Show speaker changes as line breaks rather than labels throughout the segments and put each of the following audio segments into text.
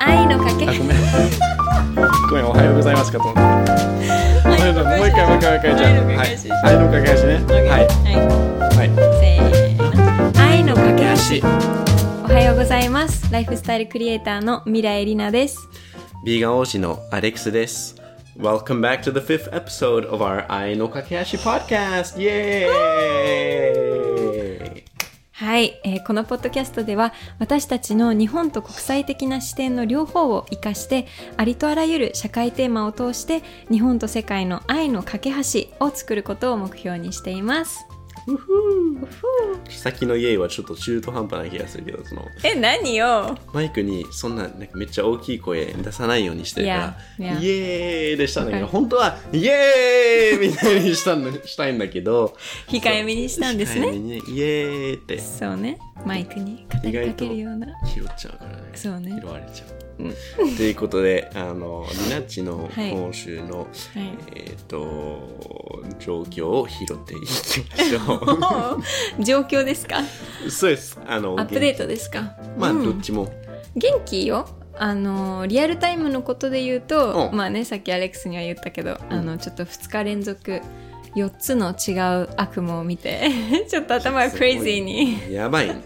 愛のかけ
あごめんごめんおはようございますかと思った
も
ごめんなさいもう一回もう一回もう一回じゃあはい愛の架け橋ねはいはい
愛の架け
架け橋
橋おはようございますライフスタイルクリエイターの未来りなです
ビーガン王子のアレックスです。Welcome back to the fifth episode of our 愛の架け橋 podcast! イエーイ
はい、えーこのポッドキャストでは私たちの日本と国際的な視点の両方を生かしてありとあらゆる社会テーマを通して日本と世界の愛の架け橋を作ることを目標にしています
先のイエーイはちょっと中途半端な気がするけど、その
え何よ
マイクにそんななんかめっちゃ大きい声出さないようにしてるから、
Yeah, yeah.
イエーイでしたんだけど、
わかる
本当はイエーイみたいにしたんだしたいんだけど、
控えめにしたんです
控えめ
ね
にねイエーイって
そうねマイクに語りかけるような
拾っちゃうからね。
そうね
拾われちゃう。ということで、あの、リナッチの
はい
今週の、
はい
えっ、と、状況を拾っていきましょ
もう状況ですか
う。そうです。あの、
アップデー
ト。
トですか
まあ、
うん
どっちも。
元気よあのリアルタイムのことで言うと
うん
まあねさっきアレックスには言ったけど、あのちょっと2日連続4つの違う悪夢を見て ちょっと頭がクレイジーに
やばいね。も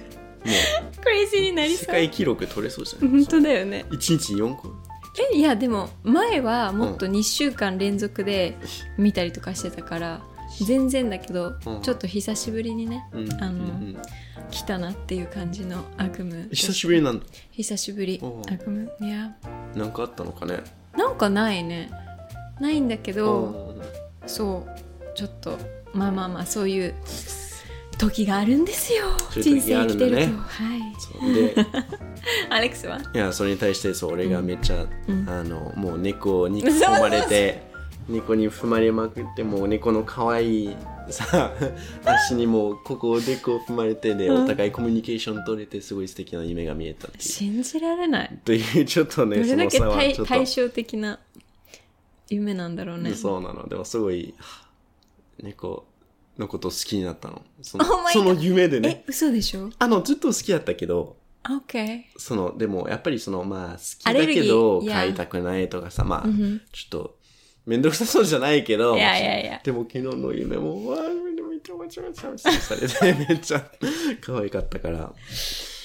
クレイジーにな
う、
り
世
そう
界記録取れそうじゃない
本当だよね
?1 日4個。
えいやでも前はもっと2週間連続で見たりとかしてたから全然だけど、
うん
ちょっと久しぶりにね、
うん。
あの
うん
来たなっていう感じの悪夢
久しぶりなんだ。
久しぶり
うん
悪夢いや
なんかあったのかね。
なんかないねないんだけど
うん
そうちょっとまあまあまあそういう時があるんですよ
そうい
人
う時
生
があ
生
る
き
のね
てるとはい
そうで、
アレックスはい
や、それに対して、そう、俺がめっちゃ、
うん
あの、もう 猫に踏まれて、猫に踏まれまくって、もう猫の可愛い さ、足にもう、ここ、おでこを踏まれて、で、お互いコミュニケーション取れて、すごい素敵な夢が見えたっていう。
信じられない
という、ちょっと
ど
ね、
れ
そ
だ
の
け
差は
対
ちょっ
対
と、
照的な夢なんだろうね
そうなの。でも、すごい、はぁ猫のこと好きになったの。その
Oh my
そ
God
の夢で
え
ね。
嘘でしょ
あの、ずっと好きだったけど、
?OK
その、でも、やっぱりその、まあ、好き
アレ
だ
ルギ
け
ー
ど、
いや
飼いたくないとかさ、ま
う
あ、
んうん
ちょっと、めんどくさそうじゃないけど、
いやいやいや
でも昨日の夢も、わあ、夢めっちゃわちゃわちゃわちゃされて、めっちゃ可愛かったから、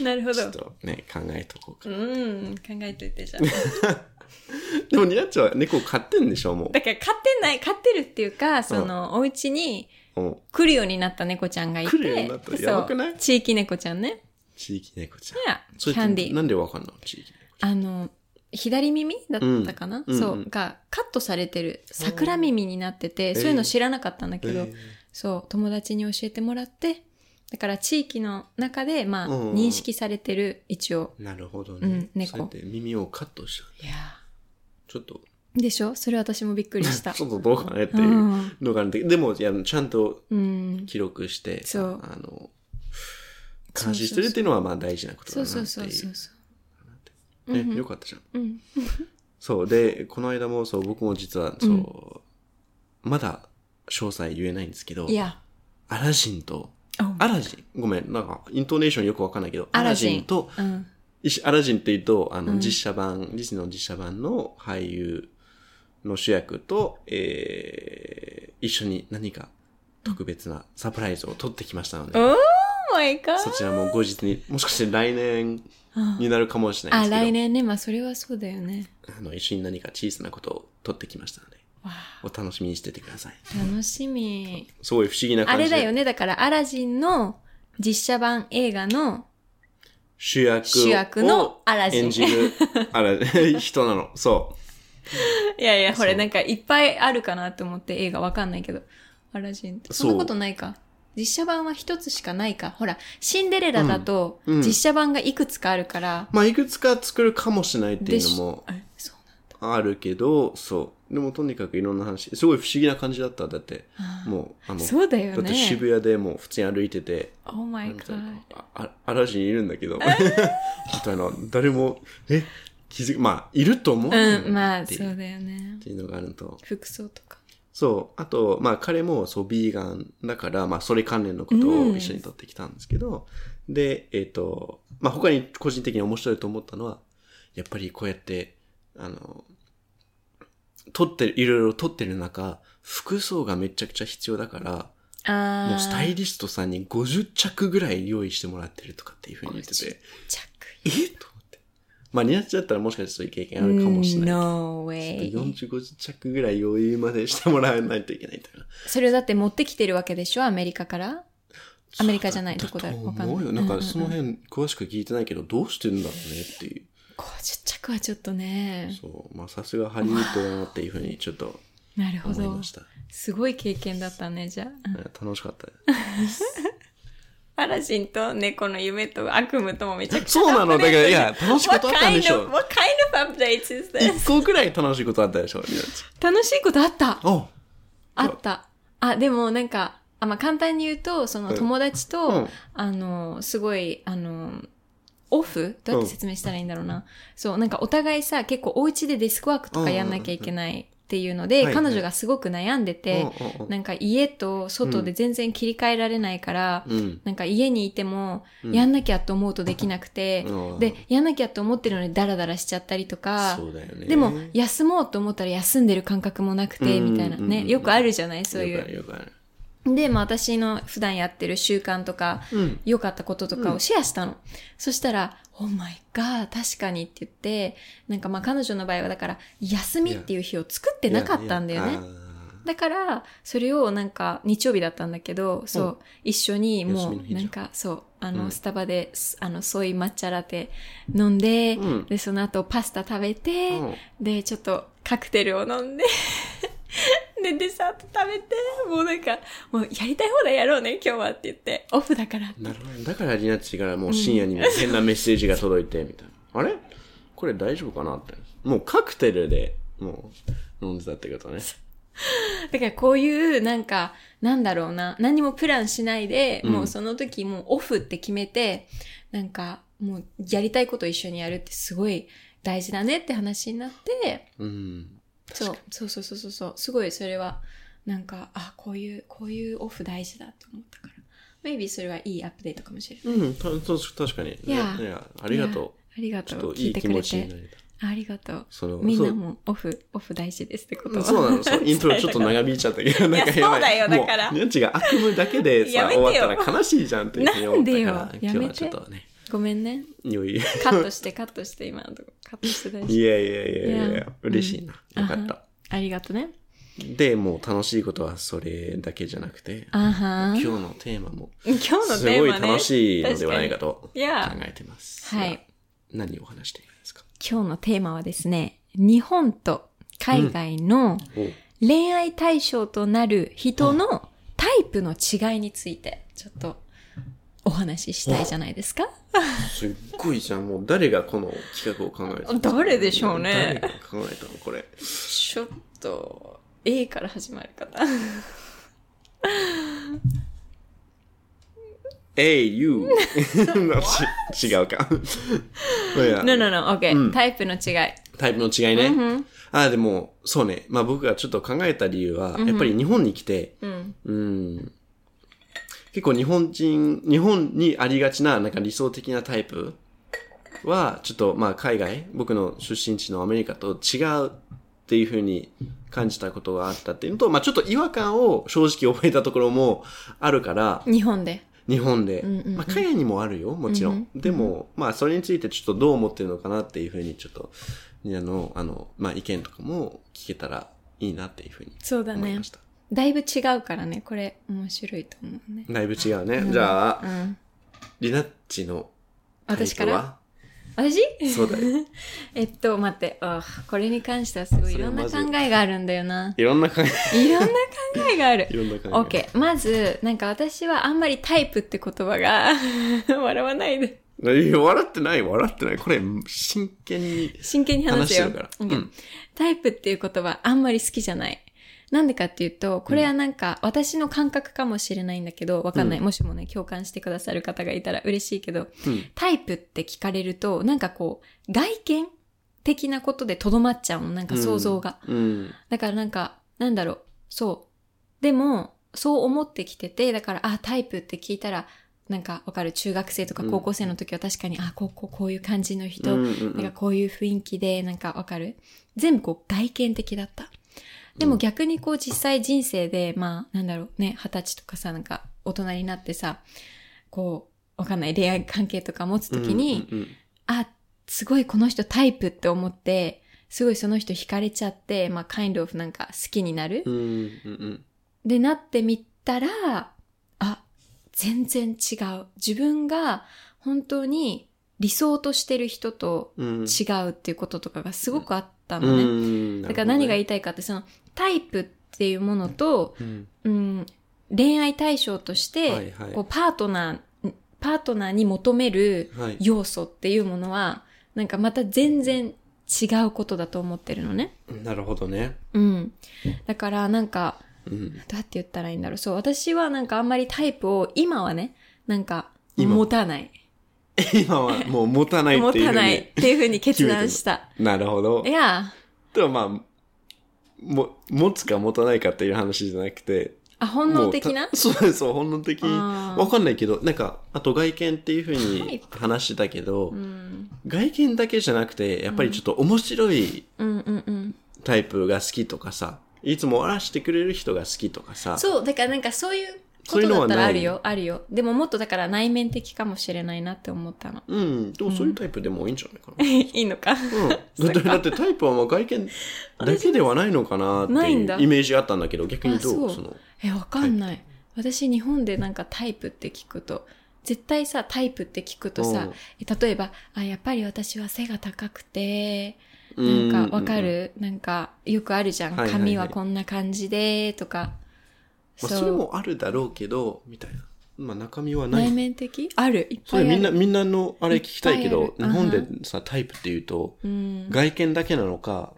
なるほ
ちょっ
ど
とね、考えとこうか
う。ん考えといてじゃあ
でも、ニナッチは猫飼ってんでしょ、も
だから飼ってない飼ってるっていうかその、お家に
う。もう
来るようになった猫ちゃんがいて
来るようになったやばくない
そう地域猫ちゃんね
地域猫ちゃん。
いやキ
それ
ャ
っ
ンディ
て、なんでわかんの地域
あの、左耳だったかな、
うん
そう、
うんうん
がカットされてる桜耳になってて、そういうの知らなかったんだけど、
猫。えー
そう、友達に教えてもらって、だから地域の中で、まあ、
うんうん
認識されてる、一応。
なるほど
うん
ね。
猫
そうやって耳をカットした。
いや
ちょっと、
ーでしょそれ私もびっくりした。
ちょっとどうかねって
う。
いうんのがあるんだけど、でも、いや、ちゃんと
うん。
記録して、
そう
あの、監視してるっていうのはまあ大事なことだ
そ
な
う
ってい。
そううそうそうそう。
ね、
うんうん
よかったじゃん。
うん。
そう、で、この間もそう、僕も実は、そう、まだ詳細言えないんですけど
い、や。
アラジンと、
あ
アラジンごめん、なんか、イントネーションよくわかんないけど、
ア
ア
ラ
ラ
ジン
ジンと、
うん。
いしアラジンっていうと、あの、
うん
実写版、ディズニーの実写版の俳優の主役と、えー、一緒に何か特別なサプライズを撮ってきましたので、
おーマイガー
そちらも後日に、もしかして来年
うん
になるかもしれないん
あ、
ですけ
来
ど、
年ね。まあ、それはそうだよね。
あの、一緒に何か小さなことを撮ってきましたので、
わ
お楽しみにしててください。
ー楽しみ。
すごい不思議な
あ
感
れ
じで。
だよね。だから、アラジンの実写版映画の
主役を
主役のアラジン。
演じるあら人なの。そ
いやいや、
そ
こ
う
れなんかいっぱいあるかなと思って映画わかんないけど。アラジンって。そ
そうん
なことないか。実写版は一つしかないか。ほら、シンデレラだと、
うんうん
実写版がいくつかあるから。
う。まあ、いくつか作るかもしれないって
で
いうの
し
も
あれそう
あるけど、そう。でもとにかくいろんな話、すごい不思議な感じだった。だって、
なんだ
もう、あの、
そうだよ
だって
ね。
渋谷でもう普通に歩いてて、
オーマイ
なん
ガ
か
ー。
ああアラジンいるんだけど、 あとあの、誰も、え、気づく、まあ、いると思う
うん、まあ、
って
そ
いううっ
だよね。
ていうのがあると。
服装とか。
そう。あと、まあ彼もそう、ビーガンだから、まあそれ関連のことを一緒に撮ってきたんですけど、で、えっ、と、まあ他に個人的に面白いと思ったのは、やっぱりこうやって、あの、撮ってる、いろいろ撮ってる中、服装がめちゃくちゃ必要だから、
あー
もうスタイリストさんに50着ぐらい用意してもらってるとかっていうふうに言ってて、
着
えと思って。まあ、ニナッチだったらもしかしてそういう経験あるかもしれないけど。
No
ちょ
way
っと45着ぐらい余裕までしてもらわないといけないみたいな。
それをだって持ってきてるわけでしょアメリカからアメリカじゃないどこだ
と
ろうわかん
思
な
う
い
よ。なんかその辺詳しく聞いてないけど、どうしてるんだろうねっていう。
50着はちょっとね
そう。まあさすがハリウッドだなっていうふうにちょっと
なるほ
思い
ど
ました。
すごい経験だったねじゃあ
うん楽しかった。
アラジンと猫の夢と悪夢ともめちゃくちゃ
そうなの。だから、いや、楽しいこ
What
とあったんでし
kind
ょ
of, what kind of updates is this?
一個くらい楽しいことあったでしょリナッチ
楽しいことあった
お
あった。あ、でもなんか、あまあ、簡単に言うと、その
うん
友達と、
うん
あの、すごい、あの、オフどうやって説明したらいいんだろうな。そう、なんかお互いさ、結構お家でデスクワークとかやんなきゃいけないっていうので、
うんうんうん
彼女がすごく悩んでて、
うんうん
なんか家と外で全然切り替えられないから、
うん。
なんか家にいても、
うん
やんなきゃと思うとできなくて、
うん
で、やんなきゃと思ってるのにダラダラしちゃったりとか、
そうだよね。
でも、休もうと思ったら休んでる感覚もなくて、
うん
みたいな
う
ね。
ん
よくあるじゃないそうい
よくある
う。
よくある
で、まあ私の普段やってる習慣とか、
うん。
良かったこととかをシェアしたの。そしたら、Oh my god, 確かにって言って、なんかまあ彼女の場合はだから、休みっていう日を作ってなかったんだよ
い
ね。
やいやあ
だから、それをなんか日曜日だったんだけど、そうう、一緒にも
休み
う
の日、じゃ
なんんかそう、あの、
うん
スタバで、すあの、ソイ抹茶ラテ飲んで、
うん
で、その後パスタ食べて、
ーうん
で、ちょっとカクテルを飲んで、 で、デザート食べて、もうなんか、もうやりたい放題やろうね、今日はって言って、オフだから。
なるほど。だから、リナッチからもう深夜にも変なメッセージが届いて、みたいな。あれこれ大丈夫かなって。もうカクテルで、もう、飲んでたってことね。
だからこういう、なんか、なんだろうな、何もプランしないで、
うん
もうその時もうオフって決めて、なんか、もうやりたいこと一緒にやるってすごい大事だねって話になって、
うん。
そう、そうそうそうそうそう、すごいそれは、なんか、あ、こういう、こういうオフ大事だと思ったから。maybe それはいいアップデートかもしれない。
うん、たと確かに。
いや
ありがと
ありが
う。ちょ
と
っ
う。
と
聞
い
い
い
て
気
くれ
持ちにな
て。
れた。
ありがとう。
その
みんなもオフ、オフ大事ですってこと
そう
は
そうなの、そう、イントロちょっ と長引いちゃったけど、なんか
いやそうだよ
やばい
だから
もうリナッチが悪夢だけで
や
さ、
めてよ
終わったら悲しいじゃんっていうふうに思ったから
な、んでよ
今日
や
は
めて
ちょっとね、
ごめんね。
余裕。
カットして、カットして、今のとこ。カットして大丈夫
いやいやいやいやい
いや
や、嬉しいな。よか
あ
っ
は
た。
ありがとね。
で、もう楽しいことはそれだけじゃなくて、
あはん。
今日のテーマも
今日の
す
テ
ご
ー
い
マね。
楽しいのではないかと考
いや
えてます。
はい。
何を話しているんですか
今日のテーマはですね、日本と海外の
お
恋愛対象となる人のタイプの違いについて、ちょっとお話ししたいじゃないですか。
すっごいじゃん。もう誰がこの企画を考えたの
誰でしょうね
誰が考えたのこれ。
ちょっと、A から始まる方。
A, U. ち違うか。い や
no, no, no, okay.、
うん
タイプの違い。
タイプの違いね。ああ、でも、そうね。まあ僕がちょっと考えた理由は、やっぱり日本に来て、
うん。
うん。結構日本人、日本にありがちな、なんか理想的なタイプは、ちょっとまあ海外、僕の出身地のアメリカと違うっていうふうに感じたことがあったっていうのと、まあちょっと違和感を正直覚えたところもあるから、
日本で。
日本で。
うんうんうん
まあ海外にもあるよ、もちろん。
うん
でも、まあそれについてちょっとどう思ってるのかなっていうふうに、ちょっと、みんなの、あの、まあ意見とかも聞けたらいいなっていうふうに
そうだ
思い
ね
まし。た。
だいぶ違うからね、これ面白いと思うね。
だいぶ違うね。じゃあ、
うん。
リナッチのタイプは
私から私
そう だよ。
えっと、待って、あこれに関してはすごいい
それ
ろ
は
んな
ま
考
ず
えがあるんだよな。
いろんな考 え、
いろんな考えがある
い。ろんな考え。
オッケー。まず、なんか私はあんまりタイプって言葉が 笑わないで。
いや笑ってない、笑ってない。これ、真剣に
真剣に話
話し
せ
て
よ
るから。。
OK タイプっていう言葉あんまり好きじゃない。なんでかっていうと、これはなんか私の感覚かもしれないんだけど、わかんない。もしもね、共感してくださる方がいたら嬉しいけど、
うん
タイプって聞かれると、なんかこう、外見的なことでとどまっちゃうの。なんか想像が。
うん。うん。
だからなんか、なんだろう。そう。でも、そう思ってきてて、だから、あ、タイプって聞いたら、なんかわかる中学生とか高校生の時は確かに、あ、こう、こう、こういう感じの
う
人、
んうんうん
なんかこういう雰囲気で、なんかわかる全部こう外見的だった。でも逆にこう実際人生で、まあなんだろうね、二十歳とかさ、なんか大人になってさ、こう、わかんない恋愛関係とか持つ時に、
うんうん
あ、すごいこの人タイプって思って、すごいその人惹かれちゃって、まあ kind of なんか好きになる。
うんうんうん
でなってみたらあ全然違う自分が本当に理想としてる人と
うんうん
違うっていうこととかがすごくあった
う
のね、
ん
だから何が言
い
いたいかってそのタイプっていうものと、
うん
うん、恋愛対象として、
はいはい
こうパートナーパートナーに求める
はい
要素っていうものはなんかまた全然違うことだと思ってるのね。
なるほどね
うん、だからなんか
うん
どうやって言ったらいいんだろう。そう、私はなんかあんまりタイプを今はね、なんか
今
持たない。
今はもう持たないっ
持
ていう
た
ふうに
ないっていうふうに決断した。
なるほど
いや、
でもまあも持つか持たないかっていう話じゃなくて
あ、本能的な
もうたそうそう本能的
あー
わかんないけどなんかあと外見っていうふう
タイ
に
プ
話してたけど、
うん。
外見だけじゃなくてやっぱりちょっと面白い
うんうんうん。
タイプが好きとかさいつも笑わしてくれる人が好きとかさ
そう、だからなんかそういう
そ
こ
うい
と
うの
だ
は
ったら
ない
あるよ、あるよ。でももっとだから内面的かもしれないなって思 ったの。
うんでもそういうタイプでもいいんじゃないかな、
いいのか。
うん、だってだってタイプはまあ外見だけではないのかなって
ない
い
んだ
うイメージがあったんだけど逆にどう
あそう
その
え、わかんない。私日本でなんかタイプって聞くと、絶対さ、タイプって聞くとさ、え例えば、あ、やっぱり私は背が高くて、
うん
なんかわかる、なんかよくあるじゃん、
はいはいはい
髪はこんな感じでとか、
まあ、それもあるだろうけどみたいな、まあ、中身はな
内
い
面的あるいっ
そ
ぱいあ
れ
る
みんなみんなのあれ聞きたいけ
いっ
ど
ぱいあ
日
る
本でさタイプっていうと
うん、
外見だけなのか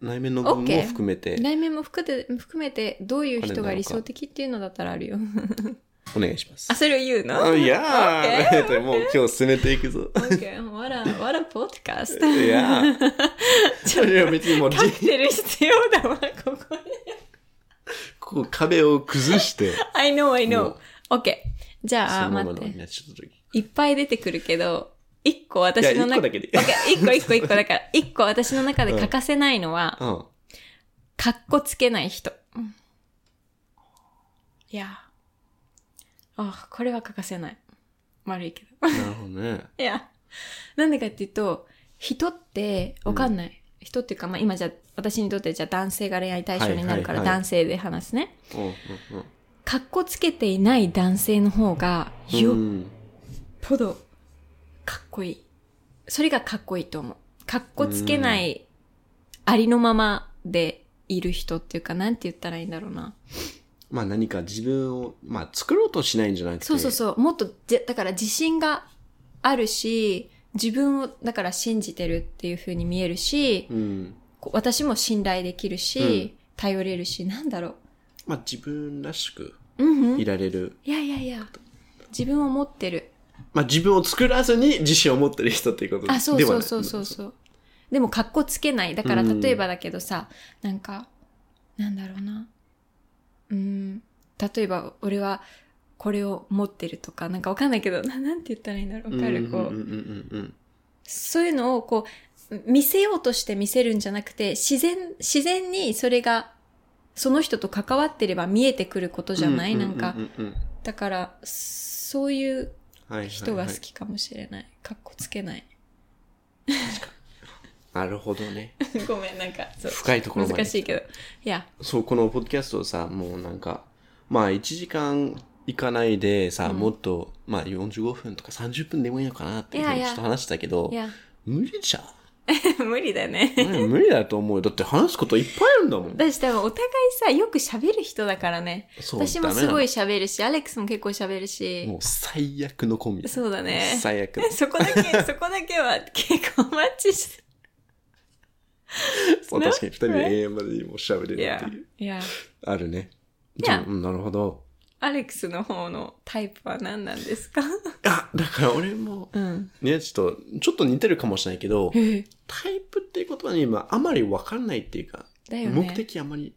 内面の部分も
OK
含めて
内面も含めて含めてどういう人が理想的っていうのだったらあるよ
お願いします
あ。それを言うの
あいやー
OK
だってもう今日進めていくぞ。
OK わらわらポッドキャスト
いやー
ちょっ
いや別にもう
と立ってる必要だわここに
ここ壁を崩して。
I know I
も
know
う
OK じゃあ
そ
待
のまま
っ
のに
て
なっちゃった時。
いっぱい出てくるけど一個
いや、
私の
一個
中
だけで。
OK 一個一個一個だから一個私の中で欠かせないのは、
うん。
かっこつけない人。いや。あ、これは欠かせない。悪いけど。
なるほどね。
いや。 なんでかっていうと、人って、わかんない。人っていうか、まあ今じゃ、私にとってじゃあ男性が恋愛対象になるから
はいはいはい
男性で話すね。
うんうんうん
かっこつけていない男性の方が、よ
う
っ
ん。
ぽど、かっこいい。それがかっこいいと思う。かっこつけない、ありのままでいる人っていうか、なんて言ったらいいんだろうな。
まあ何か自分を、まあ作ろうとしないんじゃなくて。
そうそうそう。もっとぜ、だから自信があるし、自分を、だから信じてるっていう風に見えるし、
うん。
こう私も信頼できるし、頼れるし、なんだろ
まあ自分らしく
う。うん、うん。
い
い
られる。
やいやいや。自分を持ってる。
まあ自分を作らずに自信を持ってる人っていうことではな
あ、
い。
そうそうそうそうそう。でも、格好つけない。だから、
うん
例えばだけどさ、なんか、なんだろうな。うん。例えば、俺は、これを持ってるとか、なんかわかんないけど、ななんて言ったらいいんだろう。わかる、こう
うんうん。うんうんうん
そういうのをこう、見せようとして見せるんじゃなくて、自然、自然にそれが、その人と関わってれば見えてくることじゃない、
うんうんうん
なんか。
うんうん
だから、そういう
はいはいはい
人が好きかもしれない。かっこつけない。
なるほどね。
ごめん、なんか、そう
深いところまで。
難しいけど。いや、
そう、このポッドキャストをさ、もうなんか、まあ1時間いかないでさ、もっと、まあ45分とか30分でもいいのかなっていうふう
い
に
やいや
ちょっと話したけど
い、や、
無理じゃん。
無理だね。
うん無理だと思うよ。だって話すこといっぱいあるんだもん。
私多分お互いさ、よく喋る人だからね。
そう
私も
ダメ
す
なの
ごい喋るし、アレックスも結構喋るし
も。う最悪のコンビ。
そうだね
最悪。
そこだけ、 そこだけは結構マッチして
そう、確かに二人で永遠までにもう喋れる
いや
っていう。、
いや、
あるね。
い
じ
や
ゃあ、うんなるほど。
アレックスの方のタイプは何なんですか
あ、だから俺も、
うん。
ね、ちょっと、ちょっと似てるかもしれないけど、
え
タイプっていうことはね、今、あまりわかんないっていうか、
だよね。
目的あまり。い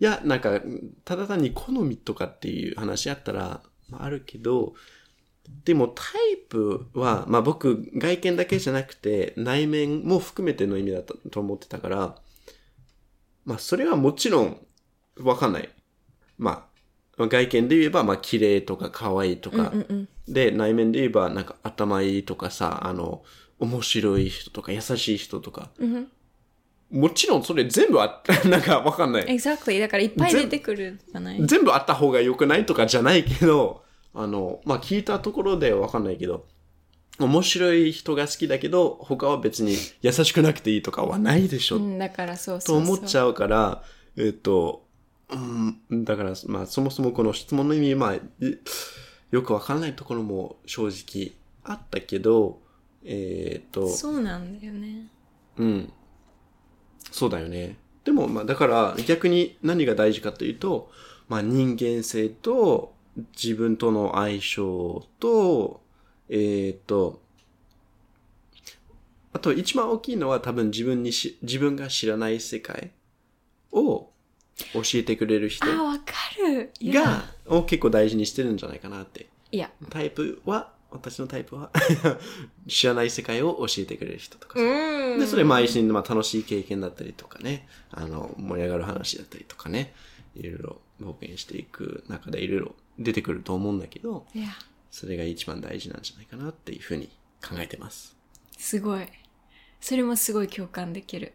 や、なんか、ただ単に好みとかっていう話あったら、まあ、あるけど、でもタイプは、まあ僕、外見だけじゃなくて、内面も含めての意味だったと思ってたから、まあそれはもちろん、わかんない。まあ、外見で言えば、まあ綺麗とか可愛いと
うん
か、
うんうん
で、内面で言えば、なんか頭いいとかさ、あの、面白い人とか優しい人とか、
うんうん
もちろんそれ全部あった、 なんかわかんない。
exactly だからいっぱい出てくるじゃない
全部あった方が良くないとかじゃないけど、あの、まあ、聞いたところでわかんないけど、面白い人が好きだけど、他は別に優しくなくていいとかはないでしょ、
うんだからそう
と
そう
思っち
ゃ
ゃうから、えっと、うん、だから、まあ、そもそもこの質問の意味、まあ、いよくわからないところも正直あったけど、えっと、
そうなんだよね
うん。そうだよね。でも、まあ、だから、逆に何が大事かというと、まあ、人間性と、自分との相性と、えーっと、あと一番大きいのは多分自分にし、自分が知らない世界を教えてくれる人
あわかるい
が
や、
を結構大事にしてるんじゃないかなって。
いや
タイプは、私のタイプは、 知らない世界を教えてくれる人とかさ。
うん
で、それ、まあ、一緒に、まあ、楽しい経験だったりとかね、あの、盛り上がる話だったりとかね、いろいろ冒険していく中でいろいろ出てくると思うんだけど、
いや
それが一番大事なんじゃないかなっていうふうに考えてます。
すごいそれもすごい共感できる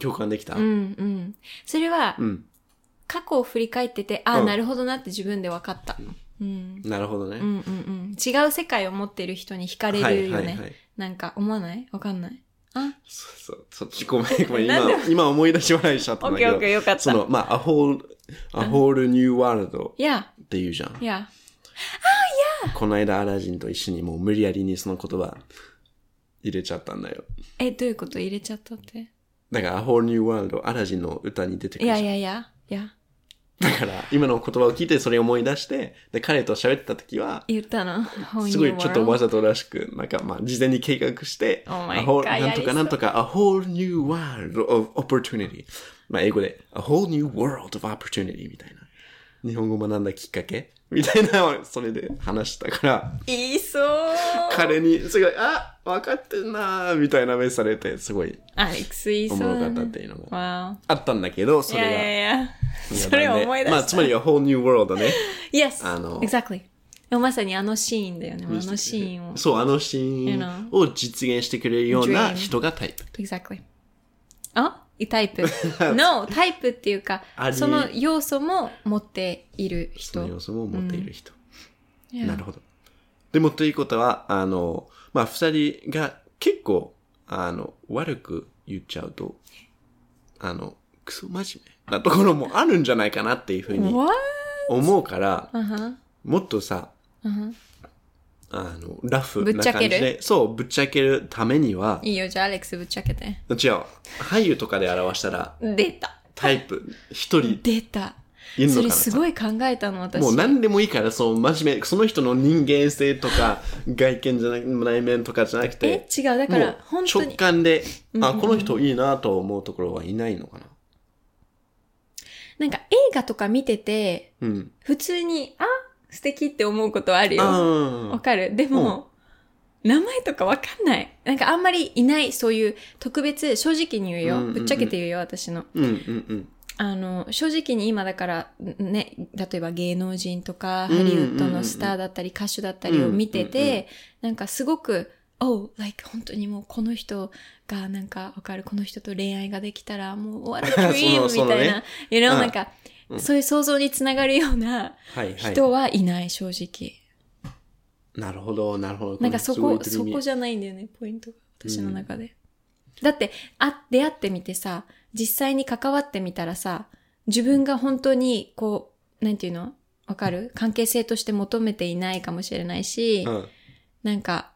共感できた
うんうんそれは
うん。
過去を振り返っててああ、
うん
なるほどなって自分で分かった、うん、
なるほどね。
うんうんうん。違う世界を持っている人に惹かれるよね。
い。
なんか思わないわかんない。あ、
そうそう。そっち、ごめん、ごめん。
なん
今
で、
今思い出し笑いしちゃったんだけど。
ーよかっ
その、まあ、a whole, a whole new world
いや、
っていうじゃん
い。や。
この間、アラジンと一緒にもう無理やりにその言葉入れちゃったんだよ。
え、どういうこと入れちゃったって。
だから、A Whole New World、アラジンの歌に出てく
い
るじゃ
や
ん
いやいや、いや。
だから、今の言葉を聞いてそれを思い出して、で、彼と喋ってた時は、
言ったの。
すごいちょっとわ
わ
ざとらしく、なんか、まあ、事前に計画して、
Oh my
A whole-
God
なんとかなんとか、A Whole New World of Opportunity。まあ、英語で、A Whole New World of Opportunity みたいな。日本語学んだきっかけみたいな、それで話したから、
言いそう。
彼に、すごい、あ、分かってんなーみたいな目されて、すごい、
アレックス言いそ
お
う
も
だ、ね。
ろかったっていうのが
わ
あったんだけど、
お。
そ
い
れが
やい。やいや。
いや
それを
なんで
思い出した。
まあ、つまり、A Whole New World だね。
Yes!
あの
exactly. でもまさにあのシーンだよ ね。あのシーンを。
そう、あのシ
You
ー
know
ンを実現してくれるような
Dream
人がタイプ。
Exactly. あタ イプ ?No! タイプっていうか
あ、り
その要素も持っている
そ
人。
の要素も持っている人。
いや
なるほど。でも、ということは、あの、まあ、二人が結構、あの、悪く言っちゃうと、あの、クソ真面目なところもあるんじゃないかなっていうふうに
What?
思うから、
うんはん
もっとさ、
うんはん
あの、ラフ
ぶっ
な
ちゃ
感
け
じ
る
で、そう、ぶっちゃけるためには、
いいよ、じゃあアレックスぶっちゃけて。
違う、俳優とかで表したら、
出た。
タイプ、一人
出た。
いるの
そ
か
れ
な
すごい考えたの、私。
もう何でもいいから、その真面目、その人の人間性とか、外見じゃなく、内面とかじゃなく
え
て、
違う。だか
も
ら
う、
本当
直
に。
感で、あ、この人いいなと思うところはいないのかな。
なんか映画とか見てて、
うん。
普通に、あ素敵って思うことはあるよ。わ
あ
かる。でも、名前とかわかんない。なんかあんまりいない、そういう特別、正直に言うよ。
うんうんうん
ぶっちゃけて言うよ、私の。
うんうんうん。
あの、正直に今だから、んね、例えば芸能人とか、
うん
ハリウッドのスターだったり、歌手だったりを見てて、なんかすごく、oh, like, 本当にもうこの人がなんかわかる、この人と恋愛ができたら、もう終わる dream み
その
たいな、you know,
うん
なんか、
うん
そういう想像につながるような
はいはい。
人はいない、正直。
なるほど、なるほど。
なんかそこ、そこ
ゃ。
じゃないんだよね、ポイントが。私の中で。だって、あ、出会ってみてさ、実際に関わってみたらさ、自分が本当に、こう、なんていうのわかる関係性として求めていないかもしれないし、
う
なんか、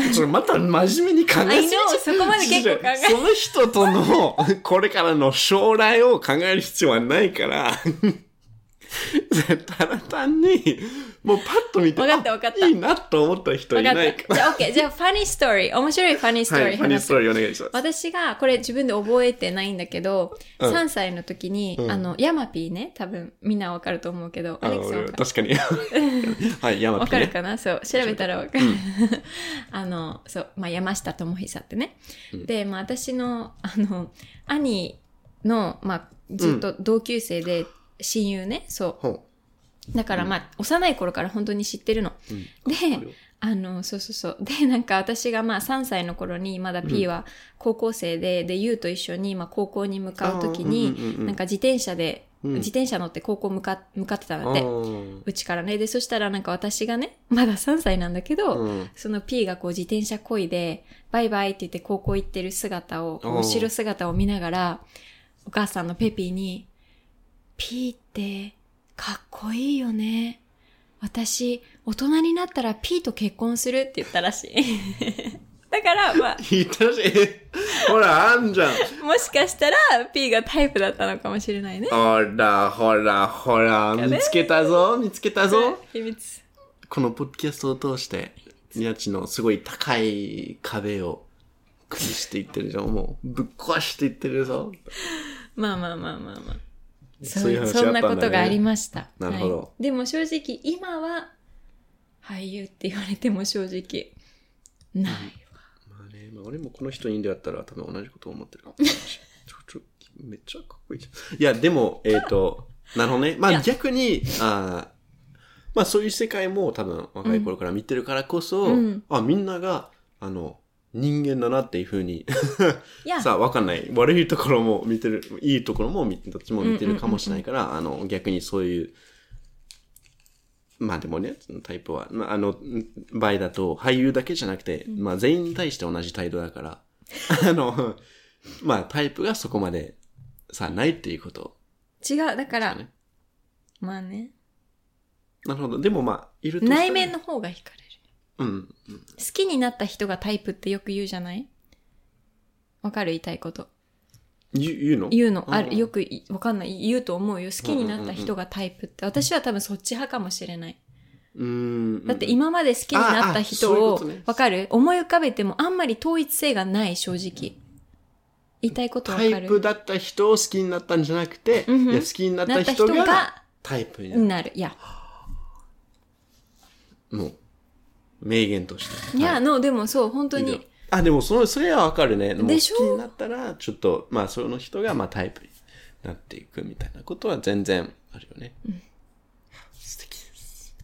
ん。それまた真面目に考
I know!
えすぎちゃ
そこまで結構考え
その 人との、これからの将来を考える必要はないから、ただ単に、もうパッと見て、
わかったわかった
あいいなと思った人い
分か
な
っ
い
た。じゃあ、OK。じゃあ、ファニーストーリー。面白いファニーストー
は
リ
い、
ー
ファニー
話
ス
す
トーリーお願いします。
私がこれ自分で覚えてないんだけど、
うん
3歳の時に、
うん
あのヤマピーね多分みんなわかると思うけど、
あ
アレックス
俺
わ
は
かる
確かに。 はい、山
わ
ピー
かる
ね。
かなそう調べたらわかる、 あのそう、まあ、山下智久ってね、
うん
で、まあ、私のあの兄の、まあ、ずっと同級生で親友ね、そ
ほ
うだからまあ幼い頃から本当に知ってるの
ううん
で
わかるよ
あの、そうそうそう。で、なんか私がまあ3歳の頃に、まだ P は高校生で、で、U と一緒にまあ高校に向かう時
あーうんうんうんう
に、
ん
なんか自転車で、
うん
自転車乗って高校向か向かってたんだっ
あ
て。
ー
うちからね。で、そしたらなんか私がね、まだ3歳なんだけど、
うん
その P がこう自転車こいで、バイバイって言って高校行ってる姿を、こう
おー
後ろ姿を見ながら、お母さんのペピーに、P ってかっこいいよね。私、大人になったら P と結婚するって言ったらしい。 だから、まあ、
言ったらしい。えほら、あんじゃん。
もしかしたら P がタイプだったのかもしれないね。
ほら、ほら、ほら、見つけたぞ、見つけたぞ。
秘密。
このポッドキャストを通して、ニナッチのすごい高い壁を崩していってるじゃ ん。もう、ぶっ壊していってるぞ。
まあまあまあまあまあ。
そ
そうう
いう話
そんな
あった
こ
んだね
とがありました。
なるほど
はいでも正直、今は、俳優って言われても正直、ない。
まあね、まあ、俺もこの人に出会ったら多分同じことを思ってるかもしれないしちょちょめっちゃかっこいいじゃん。いや、でも、えっ、 と、なるほどね。まあ逆に、あーまあそういう世界も多分若い頃から見てるからこそ、
うん
あ、みんなが、あの、人間だなっていうふうに、
いや、
さあ、わかんない。悪いところも見てる、いいところも見どっちも見てるかもしれないから、あの、逆にそういう、まあでもね、そのタイプは、まあ、あの、ん場合だと、俳優だけじゃなくて、まあ全員に対して同じ態度だから、 あの、まあタイプがそこまで、さ、ないっていうこと。
違う。だから、
ね
まあね、
なるほど。でもまあ、いるとしたら
内面の方が惹かれる。
うん。
好きになった人がタイプってよく言うじゃないわかる言いたいこと。
言う言うの
言うの、あ
うんう
る、
ん
よくいわかんない。言うと思うよ。好きになった人がタイプって。私は多分そっち派かもしれない。
うーん。
だって今まで好きになった人
ああ
を
そういうことね、
わかる思い浮かべてもあんまり統一性がない、正直。言いたいことわ
タ
かる
イプだった人を好きになったんじゃなくて、
うんうん
いや好きになっ
な
た
った
人
人
が
が、
タイプになる。
なる。いや。
もう、名言として。
いや、
はい
の、でもそう、本当
いいよ
に。
あ、でもその、それはわかるね。もう
でしょ
好きになったら、ちょっと、まあ、その人が、まあ、タイプになっていくみたいなことは全然あるよね。素敵です。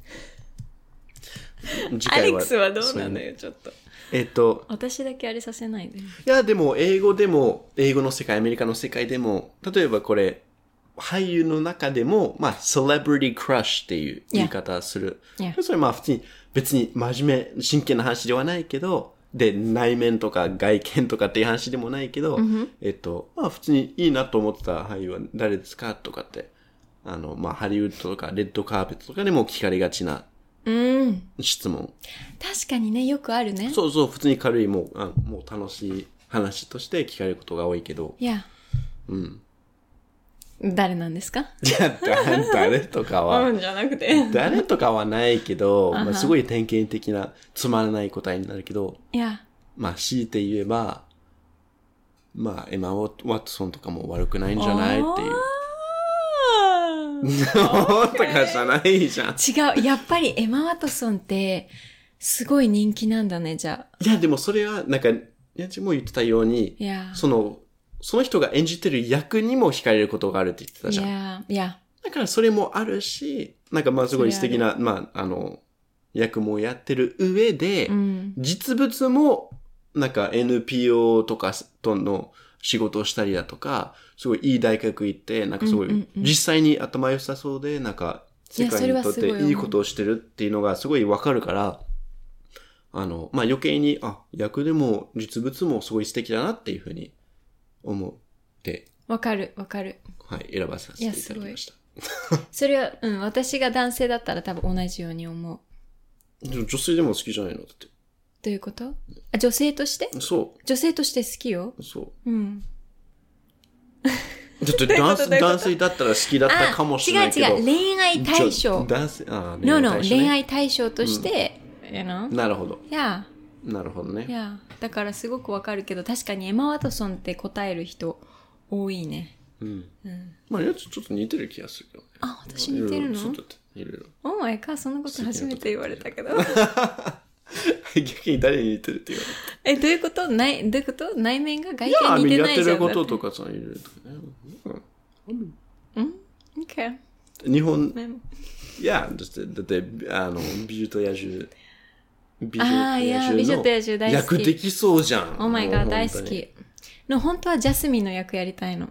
次
アレ
回
ックスはどうな
そ
の
い
よ、ちょっと。
えっと、
私だけあれさせないで。
いや、でも、英語でも、英語の世界、アメリカの世界でも、例えばこれ、俳優の中でも、まあ、セレブリティクラッシュっていう言い方する。
Yeah.
それまあ、普通に、別に真面目、真剣な話ではないけど、で、内面とか外見とかっていう話でもないけど、えっと、まあ、普通にいいなと思ってた俳優は誰ですかとかって、あの、まあ、ハリウッドとか、レッドカーペットとかでも聞かれがちな
うん。
質問。
確かにね、よくあるね。
そうそう、普通に軽い、もう、あもう楽しい話として聞かれることが多いけど、
いや。うん。誰なんですか
いや、だ誰とかは、
んじゃなくて。
誰とかはないけど、
あは
まあ、すごい典型的なつまらない答えになるけど、
いや。
まあ、強いて言えば、まあ、エマ・ワットソンとかも悪くないんじゃないっていう。とかじゃないじゃん。
あー違う。やっぱりエマ・ワトソンって、すごい人気なんだね、じゃあ。
いや、でもそれは、なんか、やちも言ってたように
い、や。
その、その人が演じてる役にも惹かれることがあるって言ってた
い
じゃん。
や、いや。
だからそれもあるし、なんかまあすごい素敵な、まあ、あの、役もやってる上で、
うん。
実物も、なんか NPO とかとの仕事をしたりだとか、すごいいい大学行って、なんかすご
うんうん
い、
うん
実際に頭良さそうで、なんか、世
いやそ
界
れ
に
は
とっ
すごい思
て
う
いいことをしてるっていうのがすごいわかるから、あの、まあ、余計に、あ、役でも実物もすごい素敵だなっていうふうに思って、
わかる、わかる。
はい、選ばさせていただきました。
それは、うん、私が男性だったら多分同じように思う。
でも女性でも好きじゃないのだって。
どういうことあ女性として
そ
女性として好きよ。
う、そう。
うん。
ちょっと男
どういうことどういうこと
男性だったら好きだったかもしれないけど
あ違う違う恋愛対象
ちょ男性あー
No, no,
恋愛対象ね
恋愛対象として、you know?
なるほど
Yeah,
なるほどね
yeah. だからすごくわかるけど、確かにエマ・ワトソンって答える人多いね。
うん
うん、
まあやつちょっと似てる気がするけどね
あ、私似てるの
いろいろちょっといろいろ
?Oh my god, そんなこと初めて言われたけど。
逆に誰に似てるって言われ
え、どういうことない、どういうこと内面が外
た
見 似て
や
な
っ
い
て
じゃ
る
ん。
こととかさいろいろとかねうん
うん ?Okay.
日本
メモ
いや、だって、だって、あの、美女と野獣。美
あーいや美女と野獣大好き
役できそうじゃん。
Oh my
もう
god,
本当
大
に
好。き。の、本当はジャスミンの役やりたいの。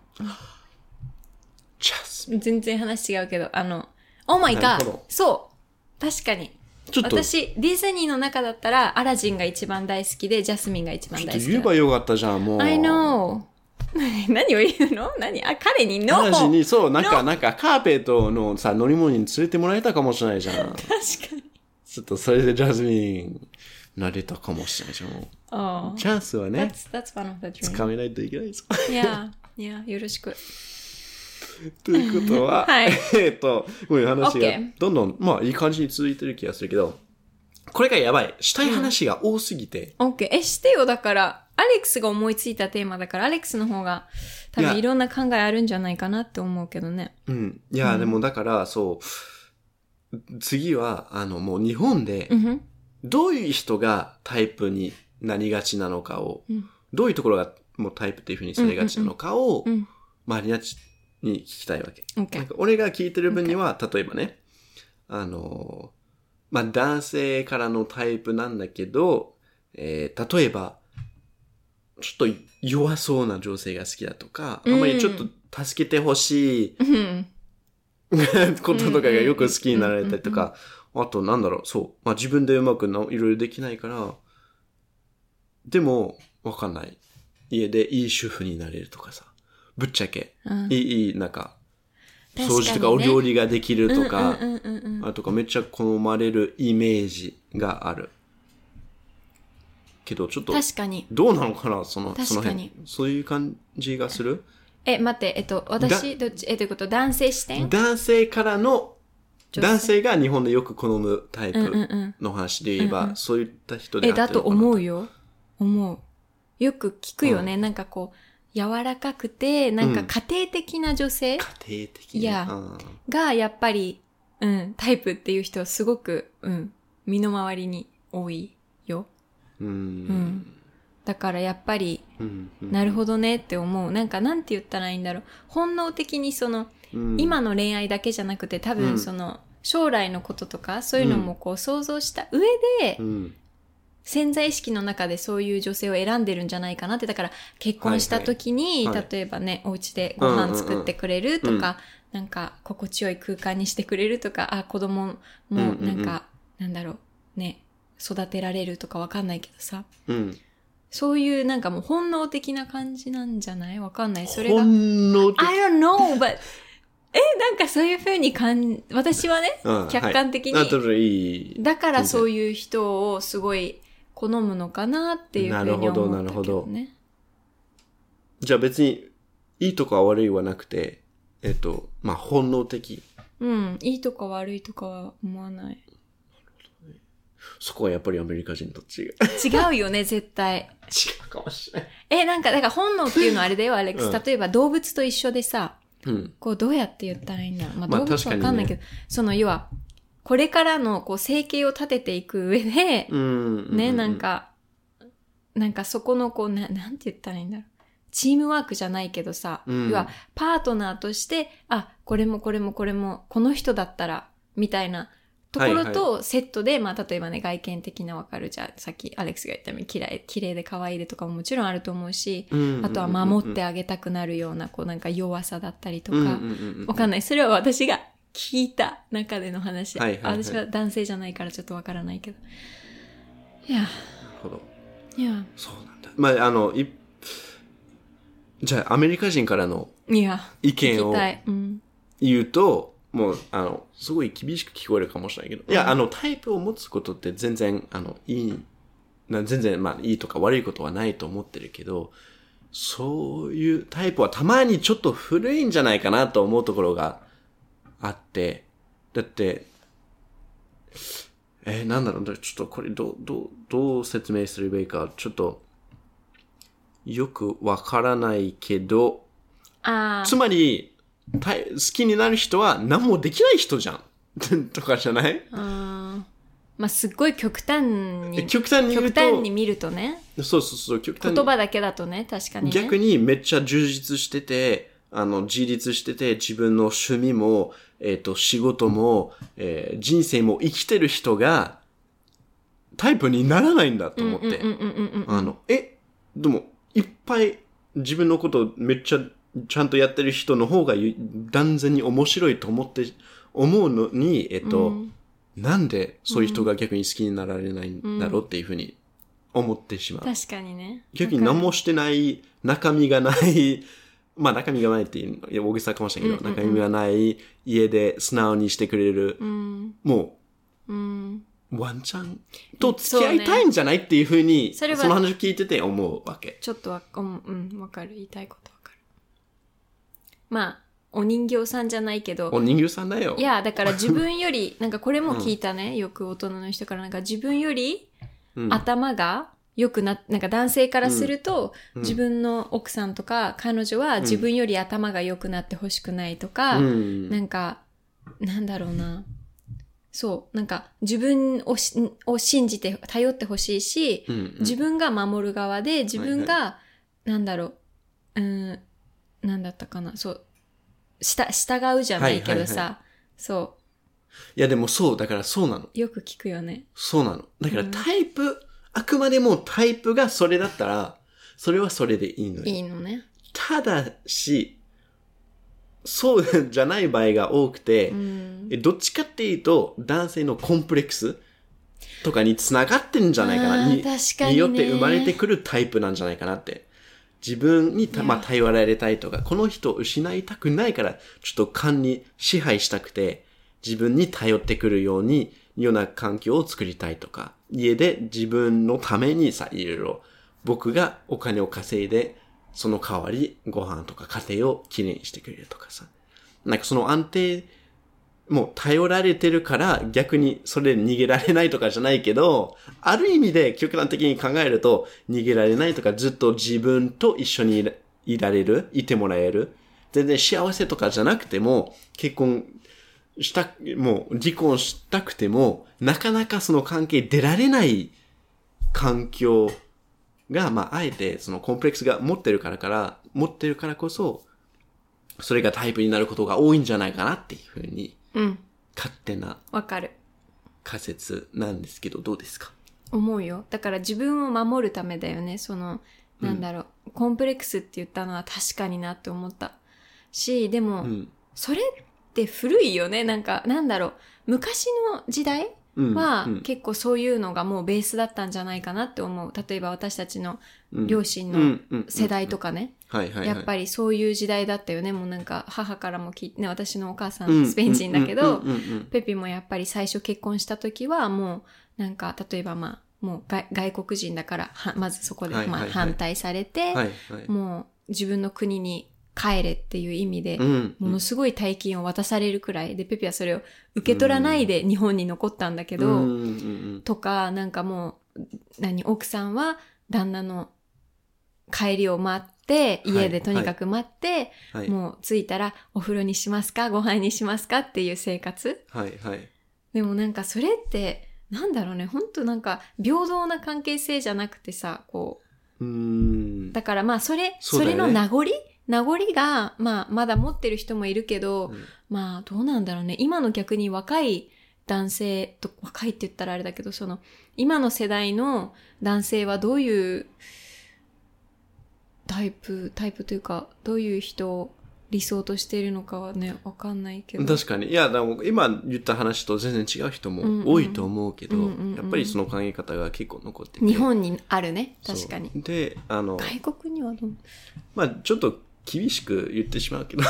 チャス。
全然話違うけど、あの、Oh my
なるほ
god!
ど
そう確かに。
ちょっと、ち
私、ディズニーの中だったら、アラジンが一番大好きで、ジャスミンが一番
ょっ
大好
と
き
言え
なの。
ばよかったじゃん、もう。
I know! 何を言うの何あ、彼に No!
話に、
確
そう、なんか、なんか、カーペットのさ、乗り物に連れてもらえたかもしれないじゃん。
かに。
ちょっと、それでジャスミン、なれたかもしれないじゃん。もう
Oh.
チャンスはね、
That's, that's one of the
つ
dreams.
かめないといけないぞ。
Yeah, yeah, よろしく。
ということは、
はい
えっと、こういう話が
OK
どんどん、まあいい感じに続いてる気がするけど、これがやばい。したい話が多すぎて、
OK。え、してよ。だから、アレックスが思いついたテーマだから、アレックスの方が、多
いや
分いろんな考えあるんじゃないかなって思うけどね。
うん。いや、でもだから、そう、次は、あの、もう日本で
う、んふん。
どういう人がタイプになりがちなのかを、
うん
どういうところがもうタイプっていうふうにされがちなのかを、
うん。
マリナッチに聞きたいわけ。なん
OK。
か俺が聞いてる分には、例えばね、あのー、まあ、男性からのタイプなんだけど、えー例えば、ちょっと弱そうな女性が好きだとか、あんまりちょっと助けてほしい
うん。
こととかがよく好きになられたりとか、あとなんだろう、そう、まあ、自分でうまくないろいろできないから、でも、わかんない。家でいい主婦になれるとかさ、ぶっちゃけ、
うん
いい、いい、なんか、
確かにね
掃除とかお料理ができるとか、
うんうんうんうんうん。
あとかめっちゃ好まれるイメージがある。けどちょっと、
確かに。
どうなのかなその、
確かに
その辺。そういう感じがする
え、待って、えっと、私、どっち、え、ということ、男性視点
男性からの、
女性
男性が日本でよく好むタイ
うんうん
プ
うん。
の話で言えば、
うんうん
そういった人で
え、
あ
だ
ってる
と
のかな
思うよ。思う。よく聞くよね。なんかこう、柔らかくて、なんか家庭的な女性
家庭的に。
いや
うん
が、やっぱり、うん、タイプっていう人はすごく、うん、身の回りに多いよ。
うん。
だからやっぱり、
うん。
なるほどねって思う。なんか、なんて言ったらいいんだろう。本能的にその、
うん
今の恋愛だけじゃなくて、多
うん
分その、将来のこととか、そういうのもこう想像した上で
う、ん。
潜在意識の中でそういう女性を選んでるんじゃないかなって、だから結婚した時に、
はいはいはい
例えばね、お家でご飯作ってくれるとか、なんか心地よい空間にしてくれるとか、あ、子供も
うんうんう
なんんか、なんだろう、ね、育てられるとかわかんないけどさ、
うん。
そういうなんかもう本能的な感じなんじゃないわかんない。それが。
本能的
I don't know, but え、なんかそういう風に感、私はね、
うん
客観的に
はい、あといい。
だからそういう人をすごい好むのかなっていうふうに思ったけど、ね。
なるほどな
ね。
じゃあ別に、いいとか悪いはなくて、えっと、まあ、本能的。
うん。いいとか悪いとかは思わ ない。
そこはやっぱりアメリカ人と違う。違
違うよね、絶対。
うかもしれない。
え、なんか、だから本能っていうのはあれだよ、アレックス。
うん
例えば動物と一緒でさ、
うん。
こうどうやって言ったらいいんだろう。まあ、
まあ
動物わかんないけど、その要は、これからのこう生計を立てていく上で、
うん。
ね、なん。か、なんかそこのこう、ななんて言ったらいいんだろう。チームワークじゃないけどさ、
うん
要はパートナーとして、あ、これもこれもこれも、この人だったら、みたいなところ
は
とセットで、まあ例えばね、外見的なわかるじゃあ、さっきアレックスが言ったように、綺麗、綺麗で可愛いでとかももちろんあると思うし、
うん
あとは守ってあげたくなるような、こうなんか弱さだったりとか、わかん
い。
ない。それは私が聞いた中での話。
はいはいはい
私は男性じゃないからちょっとわからないけど。いや、
なるほど。
いや、
そうなんだ。まあ、あの、い、じゃあアメリカ人からの
いや、
意
聞
見
き
を
たい。うん。
言うと、もう、あの、すごい厳しく聞こえるかもしれないけど、いや、あの、タイプを持つことって全然、あの、いい、な全然、まあ、いいとか悪いことはないと思ってるけど、そういうタイプはたまにちょっと古いんじゃないかなと思うところがあって、だって、えーなんだろう、だからちょっとこれどう、どう、どう説明すればいいか、ちょっと、よくわからないけど、
あ
つまり、た好きになる人は何もできない人じゃん。 とかじゃない
あうんまあすっごい極端に
極端に言う
極
と、
端に見るとね
そうそうそう、極端
言
に。
葉だけだとね確かに、ね、
逆にめっちゃ充実してて、あの、自立してて、自分の趣味も、えっ、と、仕事も、えー人生も生きてる人が、タイプにならないんだと思って。
うんうんうんうんうん
あの、え、でも、いっぱい自分のことめっちゃちゃんとやってる人の方がゆ断然に面白いと思って、思うのに、えっ
う
と、
ん
なんでそういう人が逆に好きになられないんだろうっていうふうに思ってしまう。
確かにね
逆に何もしてない、中身がない、 まあ中身がないっていうのいや大げさかもしれないけど、
うんうんうん
中身がない家で素直にしてくれる、
うん
も
うん
うワンチャンと付き合いたいんじゃないっていうふうに、
そ
そ
れは
の話を聞いてて思うわけ。
ちょっとわうんうんわかる言いたいことわかるまあお人形さんじゃないけど
お人形さんだよ。
いやだから自分よ りなんかこれも聞いたね、よく大人の人からなんか自分より
うん、
頭が良くななんか男性からすると、
うん
自分の奥さんとか彼女は自分より頭が良くなってほしくないとか、
うん
なんかなんだろうなそうなんか自分をしを信じて頼ってほしいし、
うんうん
自分が守る側で自分が、
は
なんだろううーんなんだったかなそうした従うじゃないけどさ、
はいはい
そ
いやでもそう、だからそうなの。
うよく聞くよね
そうなの。だから
うん
タイプ、あくまでもタイプがそれだったら、それはそれでいいのよ。
いいのね
ただし、そうじゃない場合が多くて、
うん
えどっちかっていうと、男性のコンプレックスとかに繋がってんじゃないか
あ
な。
ー
に
確かにね
によって生まれてくるタイプなんじゃないかなって。自分に
いや
た、まあ、頼られたいとか、この人を失いたくないから、ちょっと勘に支配したくて、自分に頼ってくるように、ような環境を作りたいとか、家で自分のためにさ、いろいろ、僕がお金を稼いで、その代わりご飯とか家庭をきれいにしてくれるとかさ。なんかその安定、もう頼られてるから逆にそれで逃げられないとかじゃないけど、ある意味で極端的に考えると逃げられないとかずっと自分と一緒にいらいられる、いてもらえる。全然幸せとかじゃなくても、結婚した、もう離婚したくても、なかなかその関係出られない環境が、まあ、あえてそのコンプレックスが持ってるからから、持ってるからこそ、それがタイプになることが多いんじゃないかなっていうふうに
うん
勝手な
わかる
仮説なんですけど、どうですか
思うよだから自分を守るためだよねその
うん
なんだろう、コンプレックスって言ったのは確かになって思ったしでも、
うん。
それって古いよねなんかなんだろう昔の時代
うん。
は
うん
結構そういうのがもうベースだったんじゃないかなって思う例えば私たちの
うん
両親
う
の
んうん
世代とかね、
はいはいはい。
やっぱりそういう時代だったよねもうなんか母からも聞いて、ね、私のお母さん
うん
スペイン人だけど、
うんうんうん
ペピもやっぱり最初結婚した時はもうなんか例えばまあもう外外国人だからはまずそこで
はいはい
ま
は
あ
い
反対されて、
うんはいはい。
もう自分の国に帰れっていう意味で、
うん
ものすごい大金を渡されるくらいでペピはそれを受け取らないで日本に残ったんだけど、
うんうんうん
とかなんかもう何奥さんは旦那の帰りを待って
はい
家でとにかく待って、
はい。
もう着いたらお風呂にしますかご飯にしますかっていう生活
はいはい。
でもなんかそれってなんだろうねほんとなんか平等な関係性じゃなくてさこう
うーん。
だからまあそれそ,、
そうだ
れ
よ
の
ね
名残名残が、まあ、まだ持ってる人もいるけど、
うん
まあどうなんだろうね今の逆に若い男性と若いって言ったらあれだけどその今の世代の男性はどういうタイプタイプというかどういう人を理想としているのかはねわかんないけど
確かに。いや、でも今言った話と全然違う人
うんうん
も多いと思うけど、
うんうんうん
やっぱりその考え方が結構残ってて。
日本にあるね
そう
確かに
で、あの、
外国にはどう
まあちょっと厳しく言ってしまうけど、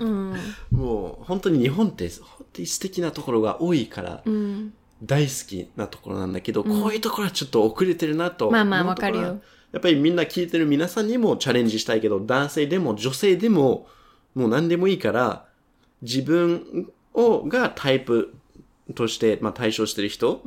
うん
もう本当に日本って本当に素敵なところが多いから
う、ん
大好きなところなんだけど、
うん
こういうところはちょっと遅れてるなと
まあまあ
思う
わ
とこ
か
ろ
る
は
よ
やっぱりみんな聞いてる皆さんにもチャレンジしたいけど、男性でも女性でも、もう何でもいいから、自分を、がタイプとして、まあ対象してる人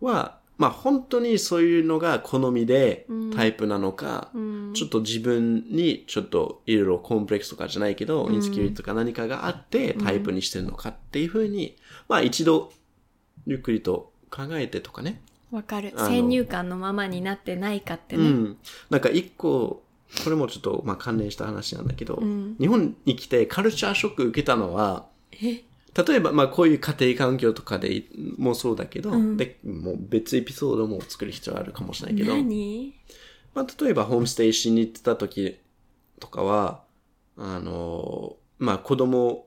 は、まあ本当にそういうのが好みでタイプなのか、
うん
ちょっと自分にちょっといろいろコンプレックスとかじゃないけど、
うん
インセキュリティとか何かがあってタイプにしてるのかっていうふうに、まあ一度ゆっくりと考えてとかね。
わかる
あの
先入観のままになってないかって
う
ね、
ん。なんか一個、これもちょっとまあ関連した話なんだけど、
ん
日本に来てカルチャーショック受けたのは、
え
例えば、まあ、こういう家庭環境とかでもそうだけど、
うん
でもう別エピソードも作る必要あるかもしれないけど、
何
まあ、例えばホームステイしに行ってた時とかは、あの、まあ、子供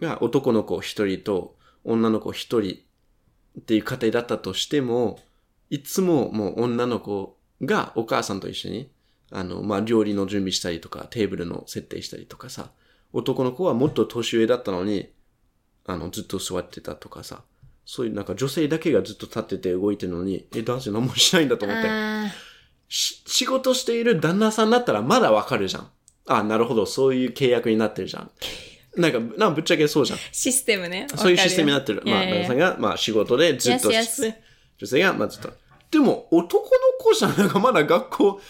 が男の子一人と女の子一人っていう家庭だったとしても、いつももう女の子がお母さんと一緒に、あの、まあ、料理の準備したりとか、テーブルの設定したりとかさ、男の子はもっと年上だったのに、あの、ずっと座ってたとかさ、そういうなんか女性だけがずっと立ってて動いてるのに、え、男性何もしないんだと思って。
あ
し仕事している旦那さんだったらまだわかるじゃん。あ、なるほど、そういう契約になってる じゃん。なんか、なんかぶっちゃけそうじゃん。
ーシステムね
そういうシステムになってる。まあ、旦那さん
が
が、まあ、仕事でずっと
Yes, yes.
して、女性が、まあ、ずっと。でも、男の子じゃん。なんか、まだ学校、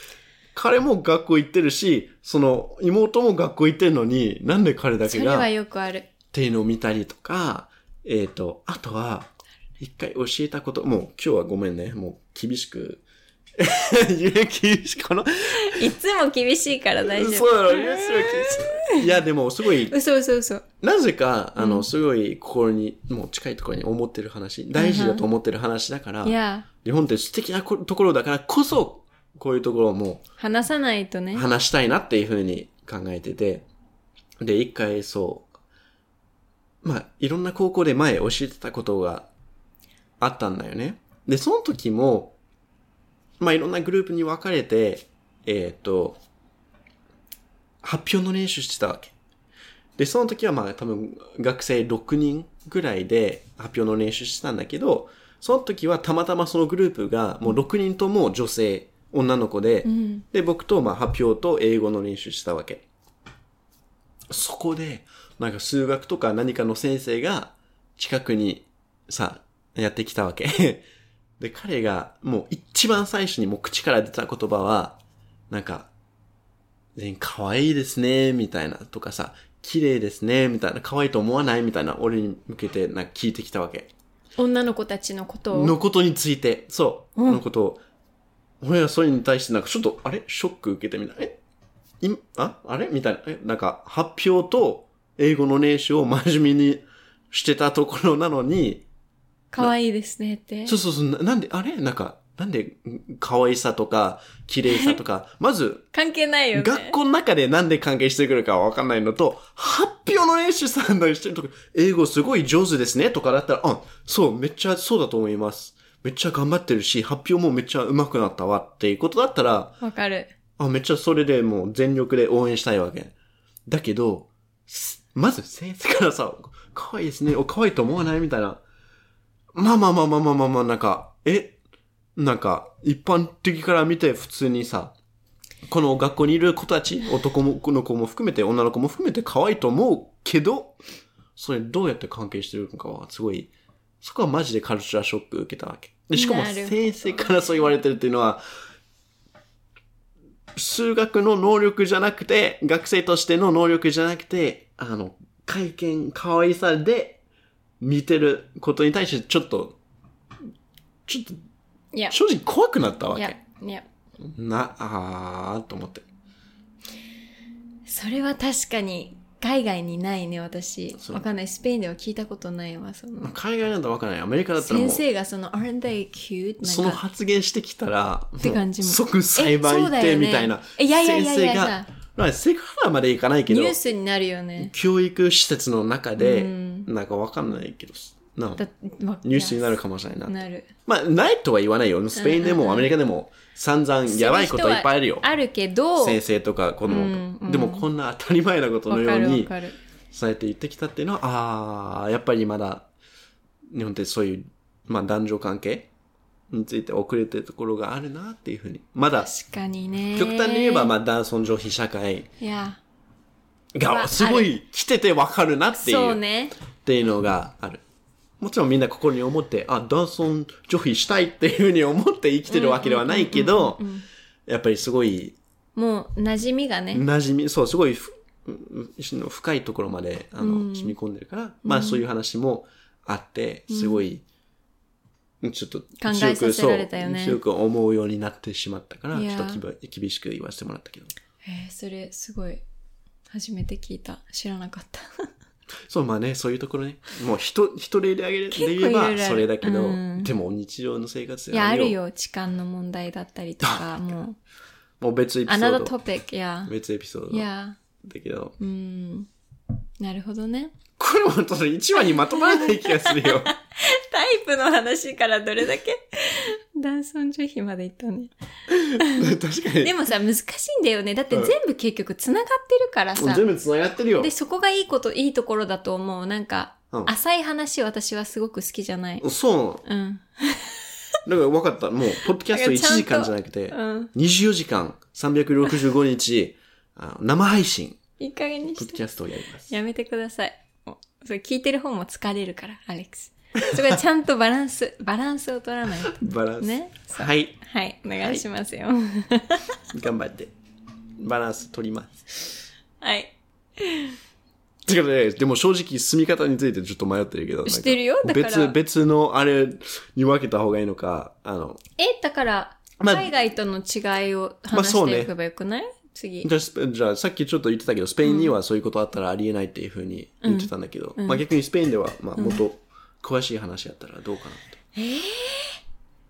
彼も学校行ってるし、その、妹も学校行ってるのに、なんで彼だ
そ
け
れ
が、
は
っ
よくある
ていうのを見たりとか、えっ、と、あとは、一回教えたこと、もう今日はごめんね、もう厳しく、 言え厳しく、この、
いつも厳しいから大丈
そう
夫
だろ、言うす べきいや、でも、すごい、
嘘嘘嘘
なぜか、あ
う
の、
ん
すごい心に、もう近いところに思ってる話、大事だと思ってる話だから
い、や
日本って素敵なこところだからこそ、こういうところも
話さないとね
話したいなっていうふうに考えてて、で、一回そう、まあ、いろんな高校で前教えてたことがあったんだよね。で、その時も、まあ、いろんなグループに分かれて、えっ、と、発表の練習してたわけ。で、その時はまあ多分学生6人ぐらいで発表の練習してたんだけど、その時はたまたまそのグループがもう6人とも女性、女の子で、
うん
で、僕と、まあ、発表と英語の練習したわけ。そこで、なんか数学とか何かの先生が近くにさ、やってきたわけ。 で、彼がもう一番最初にもう口から出た言葉は、なんか、ね可愛いですね、みたいな、とかさ、綺麗ですね、みたいな、可愛いと思わないみたいな、俺に向けてなんか聞いてきたわけ。
女の子たちのことを
のことについて、そう、
うん
のことを、俺はそれに対してなんかちょっと、あれショック受けてみたい。えいああれみたいな。えなんか、発表と英語の練習を真面目にしてたところなのに、
可愛いですねって
そうそうそう、ななんで、あれなんか、なんで、ん可愛さとか、綺麗さ とか、まず、
関係ないよね
学校の中でなんで関係してくるかわかんないのと、発表の練習さんのしてるとか、英語すごい上手ですねとかだったら、あ、そう、めっちゃそうだと思います。めっちゃ頑張ってるし、発表もめっちゃ上手くなったわっていうことだったら、
わかる
あ、めっちゃそれでもう全力で応援したいわけ。だけど、すまず先生からさ、可愛いですね、お可愛いと思わないみたいな。まあまあまあまあまあまあまあ、なんか、え、なんか、一般的から見て普通にさ、この学校にいる子たち、男の子も含めて、女の子も含めて可愛いと思うけど、それどうやって関係してるのかは、すごい、そこはマジでカルチャーショック受けたわけ。で、しかも
なるほど
先生からそう言われてるっていうのは、数学の能力じゃなくて、学生としての能力じゃなくて、あの、会見、可愛さで見てることに対してちょっと、ちょっと
いや
正直怖くなったわ
いや
け。
いや
な、あーと思って。
それは確かに海外にないね私
そう
わかんないスペインでは聞いたことないわそ
まあ
の
海外なんてわからない。アメリカだったらも
先
う、
生がその「Aren't they cute?」
そ
な
の
んか
発言してきたら、
て感じも
う即裁判行
え
っ
そうだ
て
よね
みたいな。
えいやいやいやいや
先生が、まあ、セクハラまでいかないけ
ニ
ど
ュ、ースになるよね
教育施設の中で、
うん
なんかわかんないけど、な
だわ
ニュースになるかもしれないな。
なる
まあ、ないとは言わないよ。スペインで
うんうんう
も
ん
アメリカでも散々やばいことはいっぱいあるよ。
あるけど
先生とか子供とか
うんうん
でもこんな当たり前なことの
わ
よ
か
う
るわ
に
かる
そうやって言ってきたっていうのは、ああー、やっぱりまだ日本ってそういう、まあ、男女関係について遅れてるところがあるなっていうふうに。まだ、
確かにね
極端に言えば、まあ、男尊女卑社会
いや
が、すごい来ててわかるなっていう。
そうね
っていうのがある。もちろんみんなここに思って、あ、男尊女卑したいっていうふうに思って生きてるわけではないけど、やっぱりすごい
もう馴染みがね
馴染み、そう、すごいふ、うんうん深いところまで、あの、染み込んでるから、まあそういう話もあって、すごい、ちょっと
え
強く、
させられたよね
そう強く思うようになってしまったから、
い
ち
やー
ょっときば厳しく言わせてもらったけど。
えーそれすごい初めて聞いた知らなかった
そう、まあね、そういうところね。もう人、一例であげる、
結構
で言え
いろい
ば
ろある
それだけど、
うん
でも日常の生活
いやある。よ痴漢の問題だったりと かもう
もう別エピソー
another
ド。
topic いや
別エピソー
い
ドだ
や
けど。
うんなるほどね
これもちょっと1話にまとまらない気がす るよ。
タイプの話からどれだけ 男尊女卑までいったね
確か
で
に。
もさ難しいんだよねだって全部結局つながってるから
もう
さ
全部繋がってるよ
で。そこがいいこといいところだと思うなんか、
うん
浅い話私はすごく好きじゃない
そうな
う
の。
ん
だから分かった。もう、ポッドキャスト1時間じゃなくて、
うん
24時間、365日、あの生配信、
いい加減に
ポッ
し
ド
て
キャストをやります。
やめてくださいもうそれ聞いてる方も疲れるからアレックスそこはちゃんとバランス バランスを取らないと
バランス。
ねそう
はい。
はいお願いしますよ
頑張って。バランス取ります。
はい
てかね、でも正直、住み方についてちょっと迷ってるけど。なんか
してるよだから
別、別のあれに分けた方がいいのか、あの、
えだから
まあ
海外との違いを
まあ
話
そ
し
うね
ていけばよくない、次
じゃあスペじゃあさっきちょっと言ってたけど、スペインにはそういうことあったらありえないっていうふうに言ってたんだけど、まあ逆にスペインでは、まあもっと詳しい話やったらどうかなと。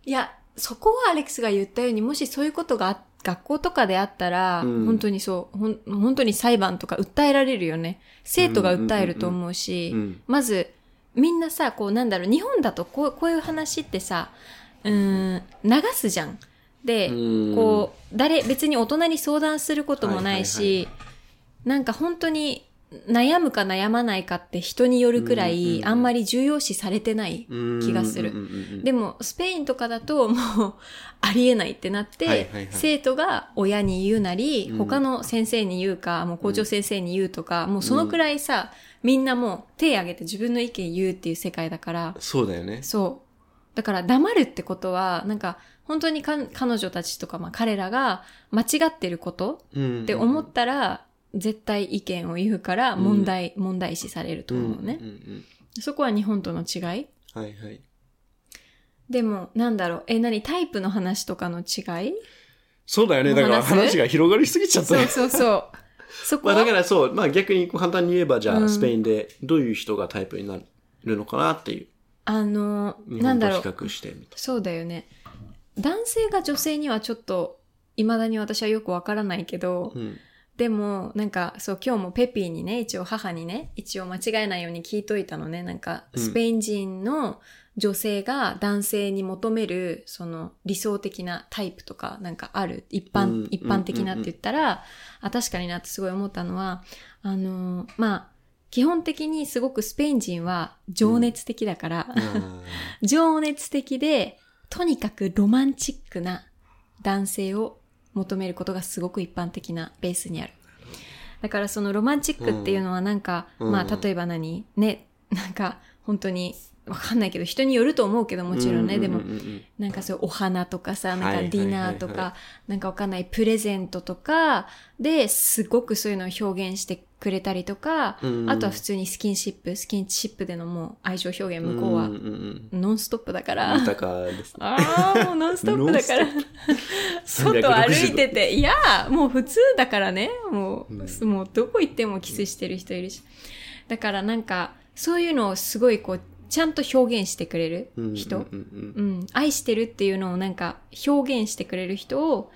いやそこはアレックスが言ったようにもしそういうことがあ学校とかであったら、
うん
本当にそうほん本当に裁判とか訴えられるよね生徒が訴えると思うし、
うん
まずみんなさこうなんだろう日本だとこうこういう話ってさうーん流すじゃん。で、
うん
こう誰別に大人に相談することもないし、
はいはい
なんか本当に悩むか悩まないかって人によるくら
うんうん
い、
うん
あんまり重要視されてない気がする
うん。うんうんうん
でも、スペインとかだと、もう、 ありえないってなって、
はいはいはい
生徒が親に言うなり、
うん
他の先生に言うか、もう校長先生に言うとか、もうそのくらいさ、みんなもう手挙げて自分の意見言うっていう世界だから、
そうだよね。
そう。だから黙るってことは、なんか、本当にかん彼女たちとか、まあ彼らが間違ってること
うん
って思ったら、絶対意見を言うから、
うん
問題、問題視されると思うね。
んん
そこは日本との違い
うんはいはい。
でも、なんだろう。え、何タイプの話とかの違い
そうだよね。だから
もう話
話
す
が広がりすぎちゃった
そう
ね。
そうそう。そこ
まあ
は、
だからそう、まあ逆に簡単に言えば、じゃ
う
あ
ん
スペインでどういう人がタイプになるのかなっていう。
あの、
日
なん
本
だ
と比
ろう。
較してみた
そうだよね。男性が女性にはちょっと、未だに私はよくわからないけど、
いな。うん
でも、なんか、そう、今日もペピーにね、一応母にね、一応間違えないように聞いといたのね、なんか、
うん
スペイン人の女性が男性に求める、その、理想的なタイプとか、なんかある、一般、
うん
一般的なって言ったら、あ、確かになってすごい思ったのは、あのーまあ、基本的にすごくスペイン人は情熱的だから、
あ
情熱的で、とにかくロマンチックな男性を求めることがすごく一般的なベースにある。だからそのロマンチックっていうのはなんか、
うん
ま
う
あ
ん
例えば何ね、なんか本当にわかんないけど人によると思うけど
ー
もちろんね、
う
で
う
も
ううん
なんかそういうお花とかさ、なん
はい
か
はい
ディナーとか、
はいは
なんかわかんないプレゼントとか、で、すごくそういうのを表現してくれたりとか、
うん
あとは普通にスキンシップ、スキンシップでのもう愛情表現向こうは
んんん
ノンストップだから。
豊かですね。
ああ、もうノンストップだから。
ップ
外歩いてて、いやー、もう普通だからね。もう、
う
もうどこ行ってもキスしてる人いるし。だからなんか、そういうのをすごいこう、ちゃんと表現してくれる
うんうんうん
人。うん
うん
愛してるっていうのをなんか、表現してくれる人を、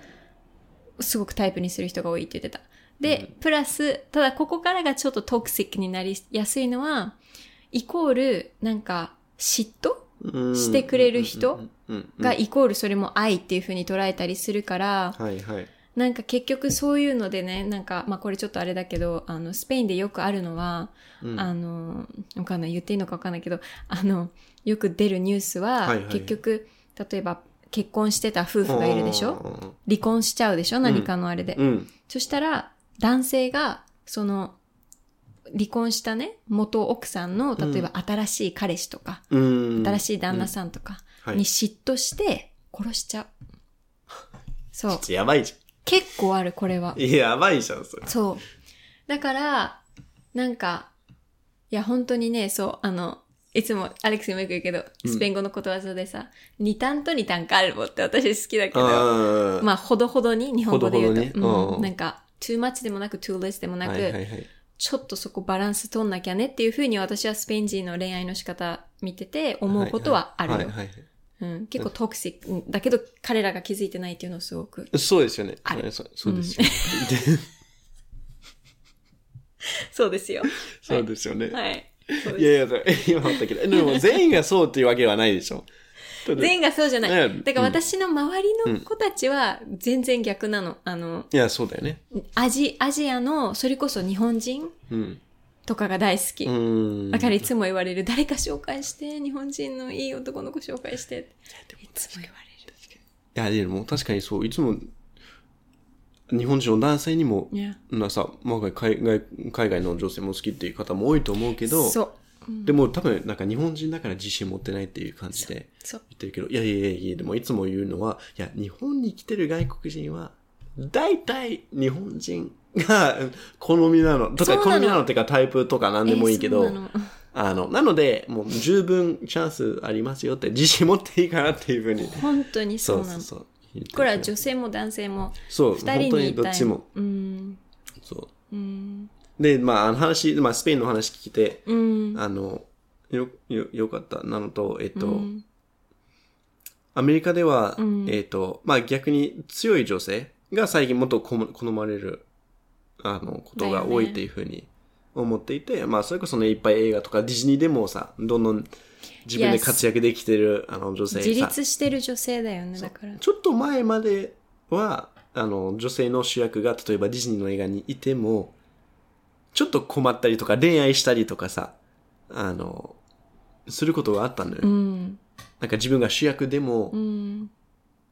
すごくタイプにする人が多いって言ってた。で、プラス、ただここからがちょっとトクシックになりやすいのは、イコール、なんか、嫉妬
うん
してくれる人
うんうんうん
がイコールそれも愛っていう風に捉えたりするから、
はいはい。
なんか結局そういうのでね、なんか、まあこれちょっとあれだけど、あの、スペインでよくあるのは、
うん
あの、わかんない、言っていいのかわかんないけど、あの、よく出るニュースは、
はいはい
結局、例えば結婚してた夫婦がいるでしょ離婚しちゃうでしょ何かのあれで。
うん。
そしたら、男性が、その、離婚したね、元奥さんの、例えば新しい彼氏とか、
うん。
新しい旦那さんとか
はい
に嫉妬して殺しちゃう。そう。
やばいじ
結構ある、これは
ゃん。。いややばいじゃん、それ。
そう。だから、なんか、いや、本当にね、そう、あの、いつも、アレックスにもよく言うけど、
うん
スペイン語のことわざでさ、二単と二単かあるぼって私好きだけど、
あ
まあ、ほどほどに、日本語で言うと。
ほどほどね
うん
うん
なんか、too much でもなく、too less でも
あ
なく、
はいはいはい。
ちょっとそこバランス取んなきゃねっていうふうに私はスペイン人の恋愛の仕方見てて思うことはあるよ。
はいはいはい
うん、結構トクシックだけど彼らが気づいてないっていうのをすごく。
そうですよね。
ある
そうそうですよね。で
そうですよ。
そうですよね。
はい。そう
い
です
やいや、そう今あったけど、でも全員がそうっていうわけはないでしょ。ただ
全員がそうじゃない。
ね
だから私の周りの子たちは全然逆なの。あの、
いや、そうだよね。
アジ、アジアの、それこそ日本人
うん。
とかが大好き。
うん。
だからいつも言われる、誰か紹介して、日本人のいい男の子紹介して。いつも言われる。
いや、でも確かにそう、いつも、日本人の男性にも、
いや
なさ、まあ、海外、海外の女性も好きっていう方も多いと思うけど、
そう。
でも多分、なんか日本人だから自信持ってないっていう感じで
そう。
言ってるけど、いやいやいやいや、でもいつも言うのは、いや、日本に来てる外国人は、大体日本人が好みなの。と
そう
か、
なの
好みなのっていうかタイプとか何でもいいけど、
えーそうなの
あの、なので、もう十分チャンスありますよって、自信持っていいかなっていうふうに。
本当にそうなの
そう。言ってる
これは女性も男性も
そう、
二
本
人
当
に
に
い
ど
た
っ
い
ちも。
うん
そ
うん
う。で、まあ、あの話、まあ、スペインの話聞いて、
うん
あの、よ、よ、よかったなのと、えっと、
うん
アメリカでは、
うん
えっと、まあ逆に強い女性が最近もっと好む好まれる、あの、ことが多いっていうふうに思っていて、まあそれこそね、いっぱい映画とかディズニーでもさ、どんどん自分で活躍できてる、あの女性さ、
自立してる女性だよねだから
ちょっと前までは、あの、女性の主役が、例えばディズニーの映画にいても、ちょっと困ったりとか、恋愛したりとかさ、あの、することがあったんだ
う
よ。
ん
なんか自分が主役でも
う、ん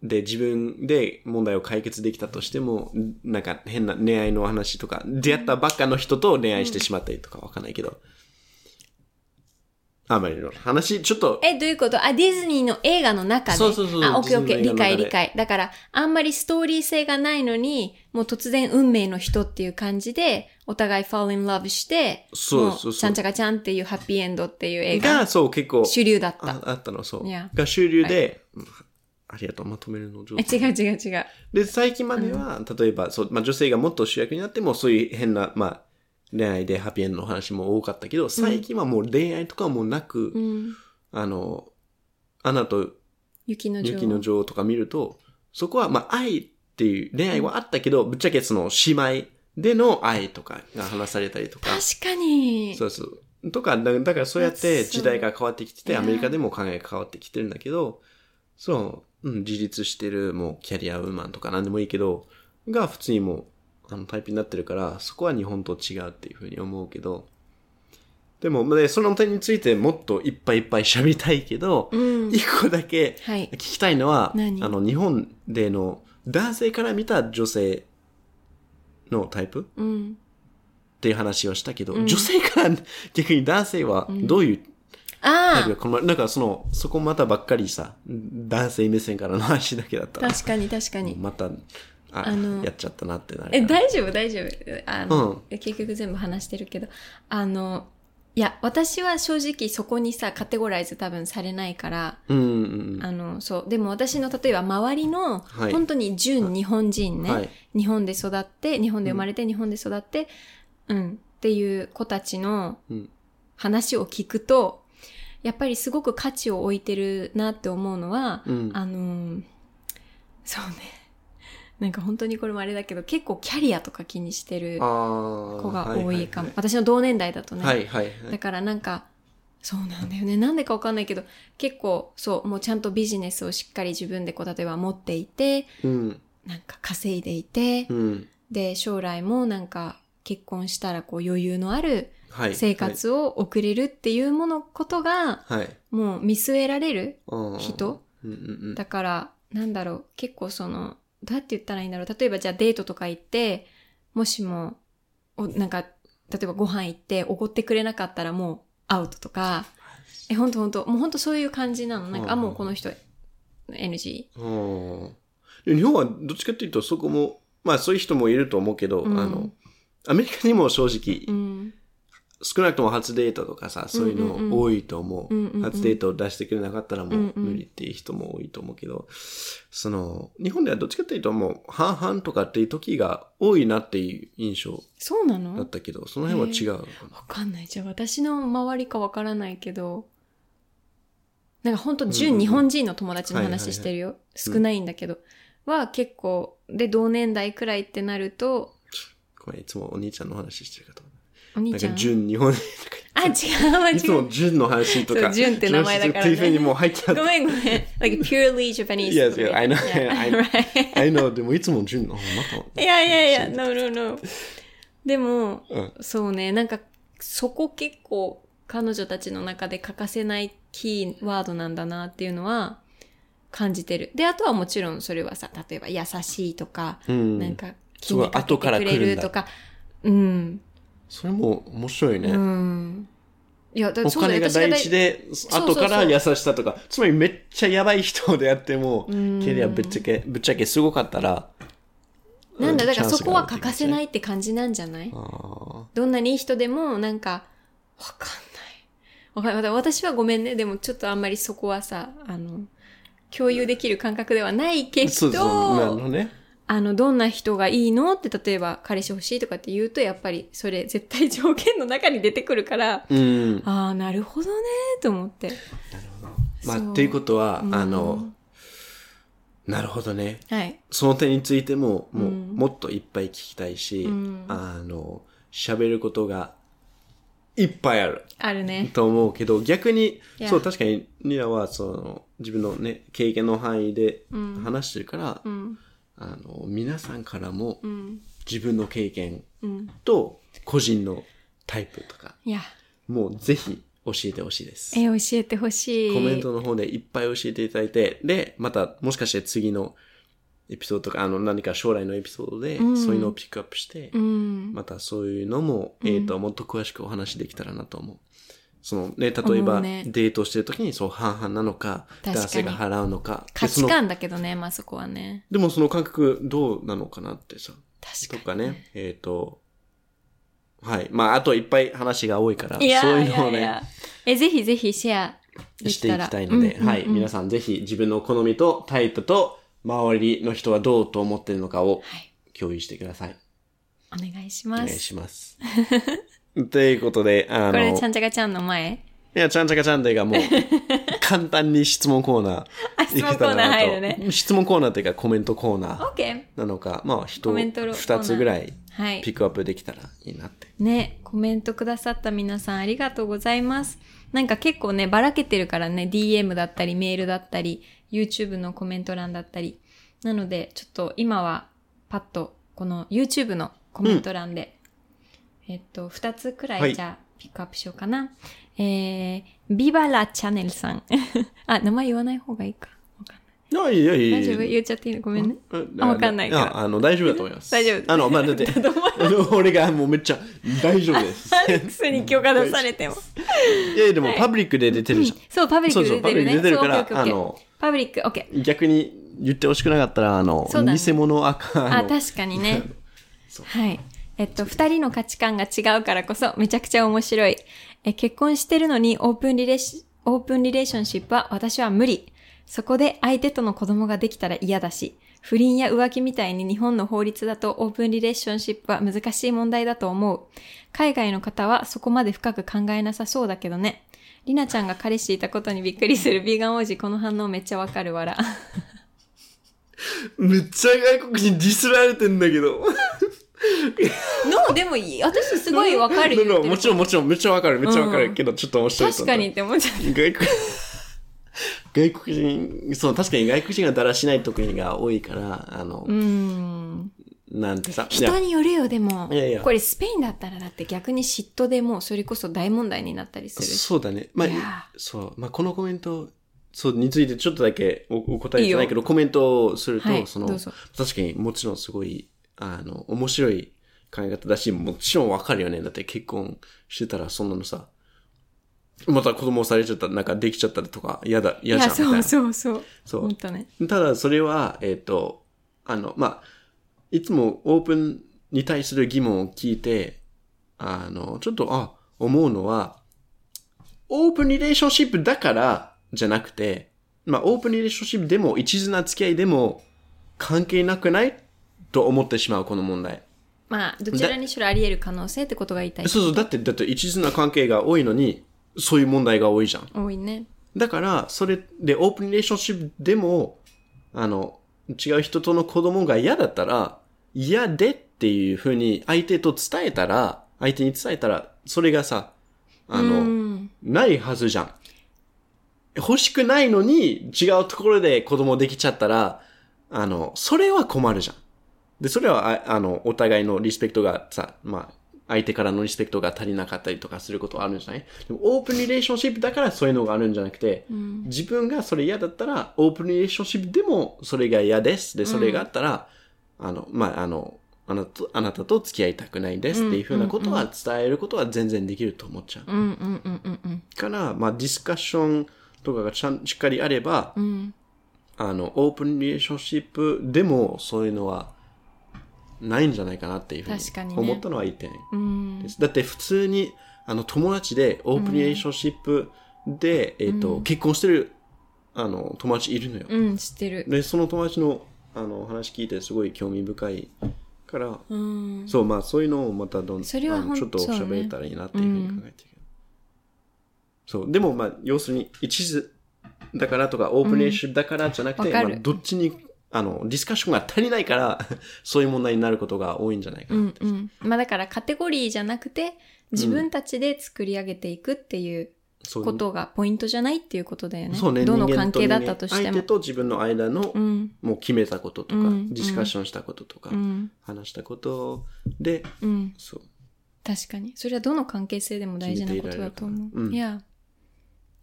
で、自分で問題を解決できたとしても、なんか変な恋愛の話とか、出会ったばっかの人と恋愛してしまったりとかわかんないけど。あ、まあいろいろ話、ちょっと、
えどういうことあディズニーの映画の中で
そうそうそう
あオッケーオッケー
ディズニー
理
の映
解
画の中で
理解だからあんまりストーリー性がないのにもう突然運命の人っていう感じでお互い fall in love して
そうそうそう
もちゃんちゃかちゃんっていうハッピーエンドっていう映画
が、そう、結構、
主流だった
ああったの、そう。
いや
が主流で、うんありがとう、まとめるの上
え
手。
違う違う違う
で、最近までは、例えば、そう、まあ、女性がもっと主役になっても、そういう変な、まあ、恋愛でハッピーエンドの話も多かったけど、最近はもう恋愛とかはもうなく、
うん
あの、アナと
雪の女王
雪の女王とか見ると、そこは、まあ、愛っていう、恋愛はあったけど、ぶっちゃけその姉妹での愛とかが話されたりとか、
確かに
そうそう。とか、だだからそうやって
そう
時代が変わってきて
い
て、
や
アメリカでも考えが変わってきてるんだけど、そう、うん、自立してる、もうキャリアウーマンとか何でもいいけど、が普通にもう、あの、タイプになってるから、そこは日本と違うっていうふうに思うけど、でも、でその点についてもっといっぱいいっぱい喋りたいけど、
うん
一個だけ
はい
聞きたいのは、
何
あの、日本での男性から見た女性のタイプ
うん
っていう話をしたけど、
うん
女性から 逆に男性はどういうタイ
あ
プが
あ
好まれ、なんかその、そこまたばっかりさ、男性目線からの話だけだったら、
確かに確かに
また、あ
あの
やっちゃったなってなるから。
え大丈夫大丈夫あの、
うん
結局全部話してるけどあのいや私は正直そこにさカテゴライズ多分されないから
うんうん
あのそうでも私の例えば周りの、
はい
本当に純日本人
うん。
ね、
はい。
日本で育って日本で生まれて、日本で育ってうんっていう子たちの
うん
話を聞くとやっぱりすごく価値を置いてるなって思うのは、
うん
あのーそうねなんか本当にこれもあれだけど結構キャリアとか気にしてる
あー
子が多いかも、
は
私の同年代だとね、
いはいはい。はいはいは
だ
い。
からなんかそうなんだよねなんでかわかんないけど結構そうもうちゃんとビジネスをしっかり自分でこう例えば持っていて
うん。
なんか稼いでいて、
うん。
で将来もなんか結婚したらこう余裕のある
はい。
生活を送れるっていうものことが
はい。はい。
もう見据えられる
あー
人
うんうんうん。
だからなんだろう、結構その、どうやって言ったらいいんだろう。例えばじゃあデートとか行って、もしも、おなんか、例えばご飯行って、おごってくれなかったらもうアウトとか、え、ほんとほんと、もうほんとそういう感じなの。なんか、あ、もうこの人、NG。
うんでも日本はどっちかっていうとそこも、まあそういう人もいると思うけど、
うん
あの、アメリカにも正直、
うん。
少なくとも初デートとかさ、そういうの多いと思う。
うんうんうん
初デートを出してくれなかったらもううん
うん
無理っていう人も多いと思うけど、その、日本ではどっちかっていうともう半々とかっていう時が多いなっていう印象
そうな
だっ
の
たけど、その辺は違う。
わかんない。じゃあ私の周りかわからないけど、なんかほんと純日本人の友達の話してるよ。
いはい
少ないんだけど。は結構、で、同年代くらいってなると、
ごめん、いつもお兄ちゃんの話してるかと思う。
お兄
なん
ち
か
ゃん。
純日本人 とか
あ、違う、間違
言って、いつも
う。
純の話と
そ
か。
う純って名前だからね
純粋にもう入っちゃって
ご。めんごめん。like purely Japanese.
Yes, yes, I know,
Yeah,
I know.
right.
I know, でもいつも純の、あまた。
いやいやいや、no, no, no. でも、
うん。
そうね、なんか、そこ結構、彼女たちの中で欠かせないキーワードなんだなっていうのは感じてる。で、あとはもちろんそれはさ、例えば優しいとか、
うん
なんか気にかけてくれるとか、うん、
それも面白いね。
うん。いや、だ
お
そうだ
金
よ
が
私が
第
大
一で、
そうそう
後
そう
から優しさとか、つまりめっちゃやばい人であっても、
うん
キャリアぶっちゃけ、ぶっちゃけすごかったら、
なんだ、
う
だからそこは欠かせな。
チャンスがあるっていう感じね
いって感じなんじゃない
あ
どんなにいい人でも、なんか、わかんない。わかんない。私はごめんね。でもちょっとあんまりそこはさ、あの、共有できる感覚ではないけ
ーそうそう、なるほ
ど、
どね。
あの、どんな人がいいのって、例えば、彼氏欲しいとかって言うと、やっぱり、それ、絶対条件の中に出てくるから、
うん。
ああ、なるほどね、と思って。
まあ、
そう
っていうことは、
うん
あの、なるほどね。
はい。
その点についても、もう、
うん
もっといっぱい聞きたいし、
うん
あの、喋ることが、いっぱいある。
あるね。
と思うけど、逆に、
いや
そう、確かに、ニラは、その、自分のね、経験の範囲で
うん
話してるから、
うん、
あの、皆さんからも
う、ん、
自分の経験
うん。
と、個人のタイプとか、
いや、
もうぜひ教えてほしいです。
え、教えてほしい。
コメントの方でいっぱい教えていただいて、で、また、もしかして次のエピソードとか、あの、何か将来のエピソードで、
うん
そういうのをピックアップして、
うん。
またそういうのも、えっ、と、もっと詳しくお話できたらなと思う。そのね、例え
思
ば、
うね
デートしてる時にそう半々なのか、
確かに
男性が払うのか、で
価
そ
値
の
観だけどね、まあそこはね。
でもその感覚どうなのかなってさ、と
確か
かね、えっ、と、はい。まあ、あといっぱい話が多いから、そう
に。いやー
いうのを
いやい
ね
や、え、ぜひぜひシェアで
し
き
てい
た
き
ら。
たいので、
うんうんうん
はい。皆さんぜひ自分の好みとタイプと、周りの人はどうと思ってるのかを
はい。
共有してください。
お願いし
お
ま
願い
す。
します。ということで、あ
これ、
の
ちゃ、んちゃかちゃんの前
いや、ちゃんちゃかちゃんで がもう、簡単に質問コーナー。
質問コーナー
いけたらなと
入るね。
質問コーナーというかコメントコーナ
?OK!
ーなのか、まあ、人、
コメントコーナー
二つぐらい
は
ピッ
い。
クアップできたらいいなって。
ね、コメントくださった皆さんありがとうございます。なんか結構ね、ばらけてるからね、DM だったり、メールだったり、YouTube のコメント欄だったり。なので、ちょっと今は、パッと、この YouTube のコメント欄で、えっと、2つくら
はい
い、じゃあ、ピックアップしようかな。えー、ビバラチャンネルさん。 あ、名前言わない方がいいか。わかんない
いやいやいや
大丈夫言っちゃっていいのごめんね。あわかんないから
あの、大丈夫だと思います。
大丈夫
あの、ま あ、だって、 俺がもうめっちゃ、大丈夫です。
アレックスに許可出されても。
いやいや、でもパブリックで出てるじゃん。
そう、パブリッ
そ
ク
うそ
で出
う、パ
て
ブリ
る
ック
ね。
で出てる
そう
から、
オッケーオッケーオ
あ
ッケー
の、
パブリック、オッケー。
逆に言ってほしくなかったら、あの、
そうだね
偽物アカ
あ、
の
確かにね
そう。
はい。えっと、二人の価値観が違うからこそ、めちゃくちゃ面白い。え、結婚してるのにオープンリレシ、オープンリレーションシップは私は無理。そこで相手との子供ができたら嫌だし、不倫や浮気みたいに日本の法律だとオープンリレーションシップは難しい問題だと思う。海外の方はそこまで深く考えなさそうだけどね。りなちゃんが彼氏いたことにびっくりするビーガン王子、この反応めっちゃわかる わら。
めっちゃ外国人ディスられてんだけど。
の、でもいい。私すごいわかる
だ
よ。
からもちろんもちろんめっちゃわかるめっちゃわか
う
る
ん
けどちょっと面白いと
確
思
か
う
にって思っちゃった。
外国外国人そう確かに外国人がだらしない特技が多いからあの、
うん。
なんてさいや
人によるよ、でも。
いやいや
これスペインだったらだって逆に嫉妬でもうそれこそ大問題になったりするし。
そうだねまあ
いや
そうまあこのコメントそうについてちょっとだけおお答えじゃないけどコメントをすると、
はい
その
どうぞ
確かにもちろんすごいあの面白い考え方だしもちろんわかるよねだって結婚してたらそんなのさまた子供されちゃったらなんかできちゃったらとか嫌だ
い
嫌じゃ
や
んみたいな
そうそうそう
そう
本当ね
ただそれは、えっ、と、あの、まあ、いつもオープンに対する疑問を聞いて、あの、ちょっと、あ、思うのは、オープンリレーションシップだからじゃなくて、まあ、オープンリレーションシップでも一途な付き合いでも関係なくないと思ってしまう、この問題。
まあどちらにしろあり得る可能性ってことが言いたい
そうそう、だって、だって一途な関係が多いのに、そういう問題が多いじゃん。
多いね
だから、それで、オープンリレーションシップでも、あの、違う人との子供が嫌だったら、嫌でっていうふうに相手と伝えたら、相手に伝えたら、それがさ、あ
う
の、
ん
ないはずじゃん。欲しくないのに違うところで子供できちゃったら、あの、それは困るじゃん。で、それは、ああの、お互いのリスペクトがさ、まあ、相手からのリスペクトが足りなかったりとかすることはあるんじゃないでも、オープンリレーションシップだからそういうのがあるんじゃなくて、
うん
自分がそれ嫌だったら、オープンリレーションシップでもそれが嫌です。で、それがあったら、あの、まあ、あの、あなたと、あなたと付き合いたくないですっていうふうなことは伝えることは全然できると思っちゃう。
うんうんうんうんうん
から、まあ、ディスカッションとかがちゃんしっかりあれば、
うん
あの、オープンリレーションシップでもそういうのはないんじゃないかなっていうふうに
確かにね
思ったのは一点
うん
です。だって普通に、あの、友達でオープンリレーションシップで、えっ、と、結婚してる、あの、友達いるのよ。
うん知ってる
で、その友達の、あの、話聞いてすごい興味深いから、
うん
そう、まあ、そういうのをまたどん
それは
あの
ほん
ちょっと
そうね
喋れたらいいなっていうふうに考えてる。そう、でもまあ、要するに、一途だからとか、オープンレーションだからじゃなくて、
わかる
まあ、どっちに、あの、ディスカッションが足りないから、 そういう問題になることが多いんじゃないか
う
な。
んうんまあだからカテゴリーじゃなくて自分たちで作り上げていくっていう
そういう
ことがポイントじゃないっていうことだよね
そうね、
どの
人間
関
と
係だっ
人間
たとして
相
も
手と自分の間の、
うん
もう決めたこととか、
うん
ディスカッションしたこととか、
うん
話したことで、
うん
そう、
確かにそれはどの関係性でも大事なことだと思
決
う
めて
い
い
や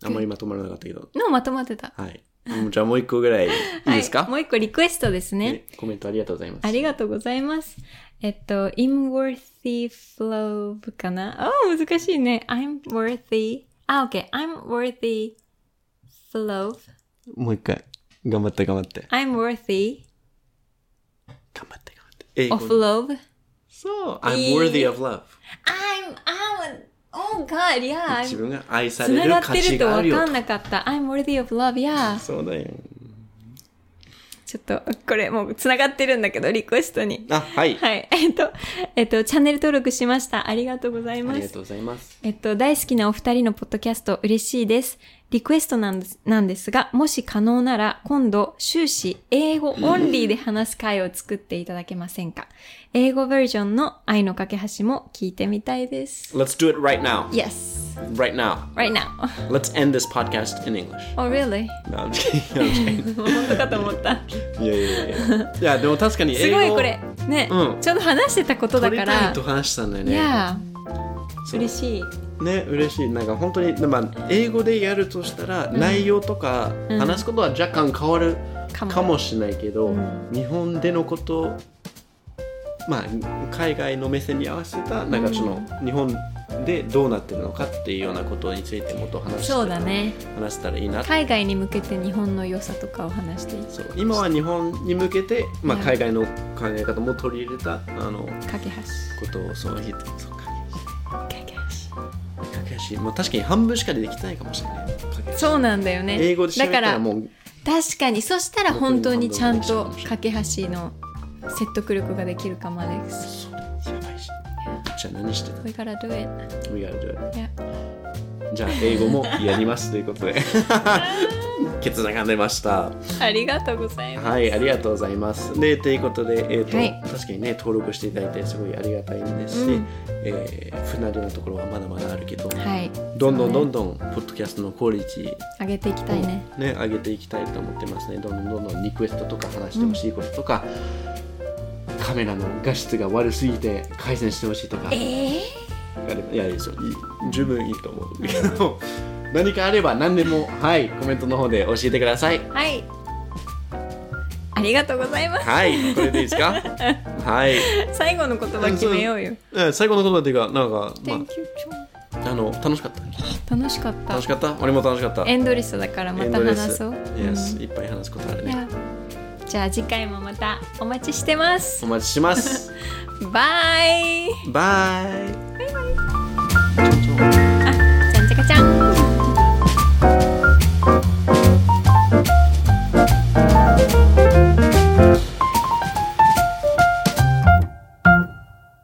あんまりまとまらなかったけど、
のまとまってた
はい。じゃあもう一個ぐらいいいですか、
はい、もう一個リクエストですね、
ね、コメントありがとうございます。
ありがとうございます。えっと、I'm worthy flow かなあー、難しいね。I'm worthy. あ、OK。I'm worthy flow.
もう一回。頑張って頑張って。
I'm worthy
頑張って頑張って。英
of
語
love.
そう。I'm
いい
worthy of love.
I'm, I'm, oh god, yeah.
自
I'm-
分が愛さ
つ
れ
な
る
がっ
価
て
値
ると
があ
分
るよ
かん。なかった。I'm worthy of love, yeah.
そうだよ。
ちょっと、これもうつながってるんだけど、リクエストに。
あ、はい。
はい。 えっと、えっと、チャンネル登録しました。ありがとうござい
あ
ま
りが
す
と。うございます。
えっと、大好きなお二人のポッドキャスト嬉しいです。リクエストなんですなんですが、もし可能なら今度終始英語オンリーで話す会を作っていただけませんか英語バージョンの愛の架け橋も聞いてみたいです。
Let's do it right now.
Yes!
Right now.
Right now!
Let's end this podcast in English.
Oh really?
な I'm just kidding. I'm just
本当かと思った。
kidding. いやいやい や。いや、でも確かに
す
英語
ごいこれ。ね、
うん
ちょうど話してたことだ
取
か
りたい
ら。
と話したんだよ
い
ね。
やー、嬉しい。
ね、嬉しい。なんか本当に、まあ、英語でやるとしたら、内容とか、
ん
話すことは若干変わる。
かも。
かもしれないけど、
ん
日本でのことまあ海外の目線に合わせたなんかその、日本でどうなってるのかっていうようなことについてもっと話し
そうだね。
話せたらいいな
海外に向けて日本の良さとかを話していく。
そう今は日本に向けて、まあ、
うん
海外の考え方も取り入れたあの
架け橋。
ことをその日そうか
架け橋。
駆け足、まあ、確かに半分しかできてないかもしれない駆け足
そうなんだよね。
英語で喋
だ
っ
か
た
ら
らもう
確かにそしたら本当にちゃんと架け橋の説得力ができるかもです。
そうやばいしじゃあ何してた
We gotta do it.
We gotta do it.
いや
じゃあ英語もやりますという ことで決断が出ました
ありがとうございます。
はいありがとうございますでということで、えーと
はい
確かにね登録していただいてすごいありがたいんですし、
うん
えー不慣れなところはまだまだあるけど、
はい。
どんどんど
ん
んどんポッドキャストのクオリテ
上げていきたいね。
ィをね上げていきたいと思ってますねどんどんどんどんリクエストとか話してほしいこととか、カメラの画質が悪すぎて改善してほしいとか
ええ
いやでもいやいいですよいい十分いいと思うけど、 何かあれば何でも、はい、コメントの方で教えてください。
はいありがとうございます
はい、これでいい ですかはい。
最後の言葉決めようよ
え最後の言葉っていうか、なんか、
Thank
ま
you, John
あ、あの、楽しかった。
楽しかった
楽しかった俺も楽しかった。
エンドレスだからま
エン
た
ドレス
話そう、
Yes いっぱい話すことある
い
ね
や。じゃあ次回もまたお待ちしてます
お待ちします。
バイ
バイ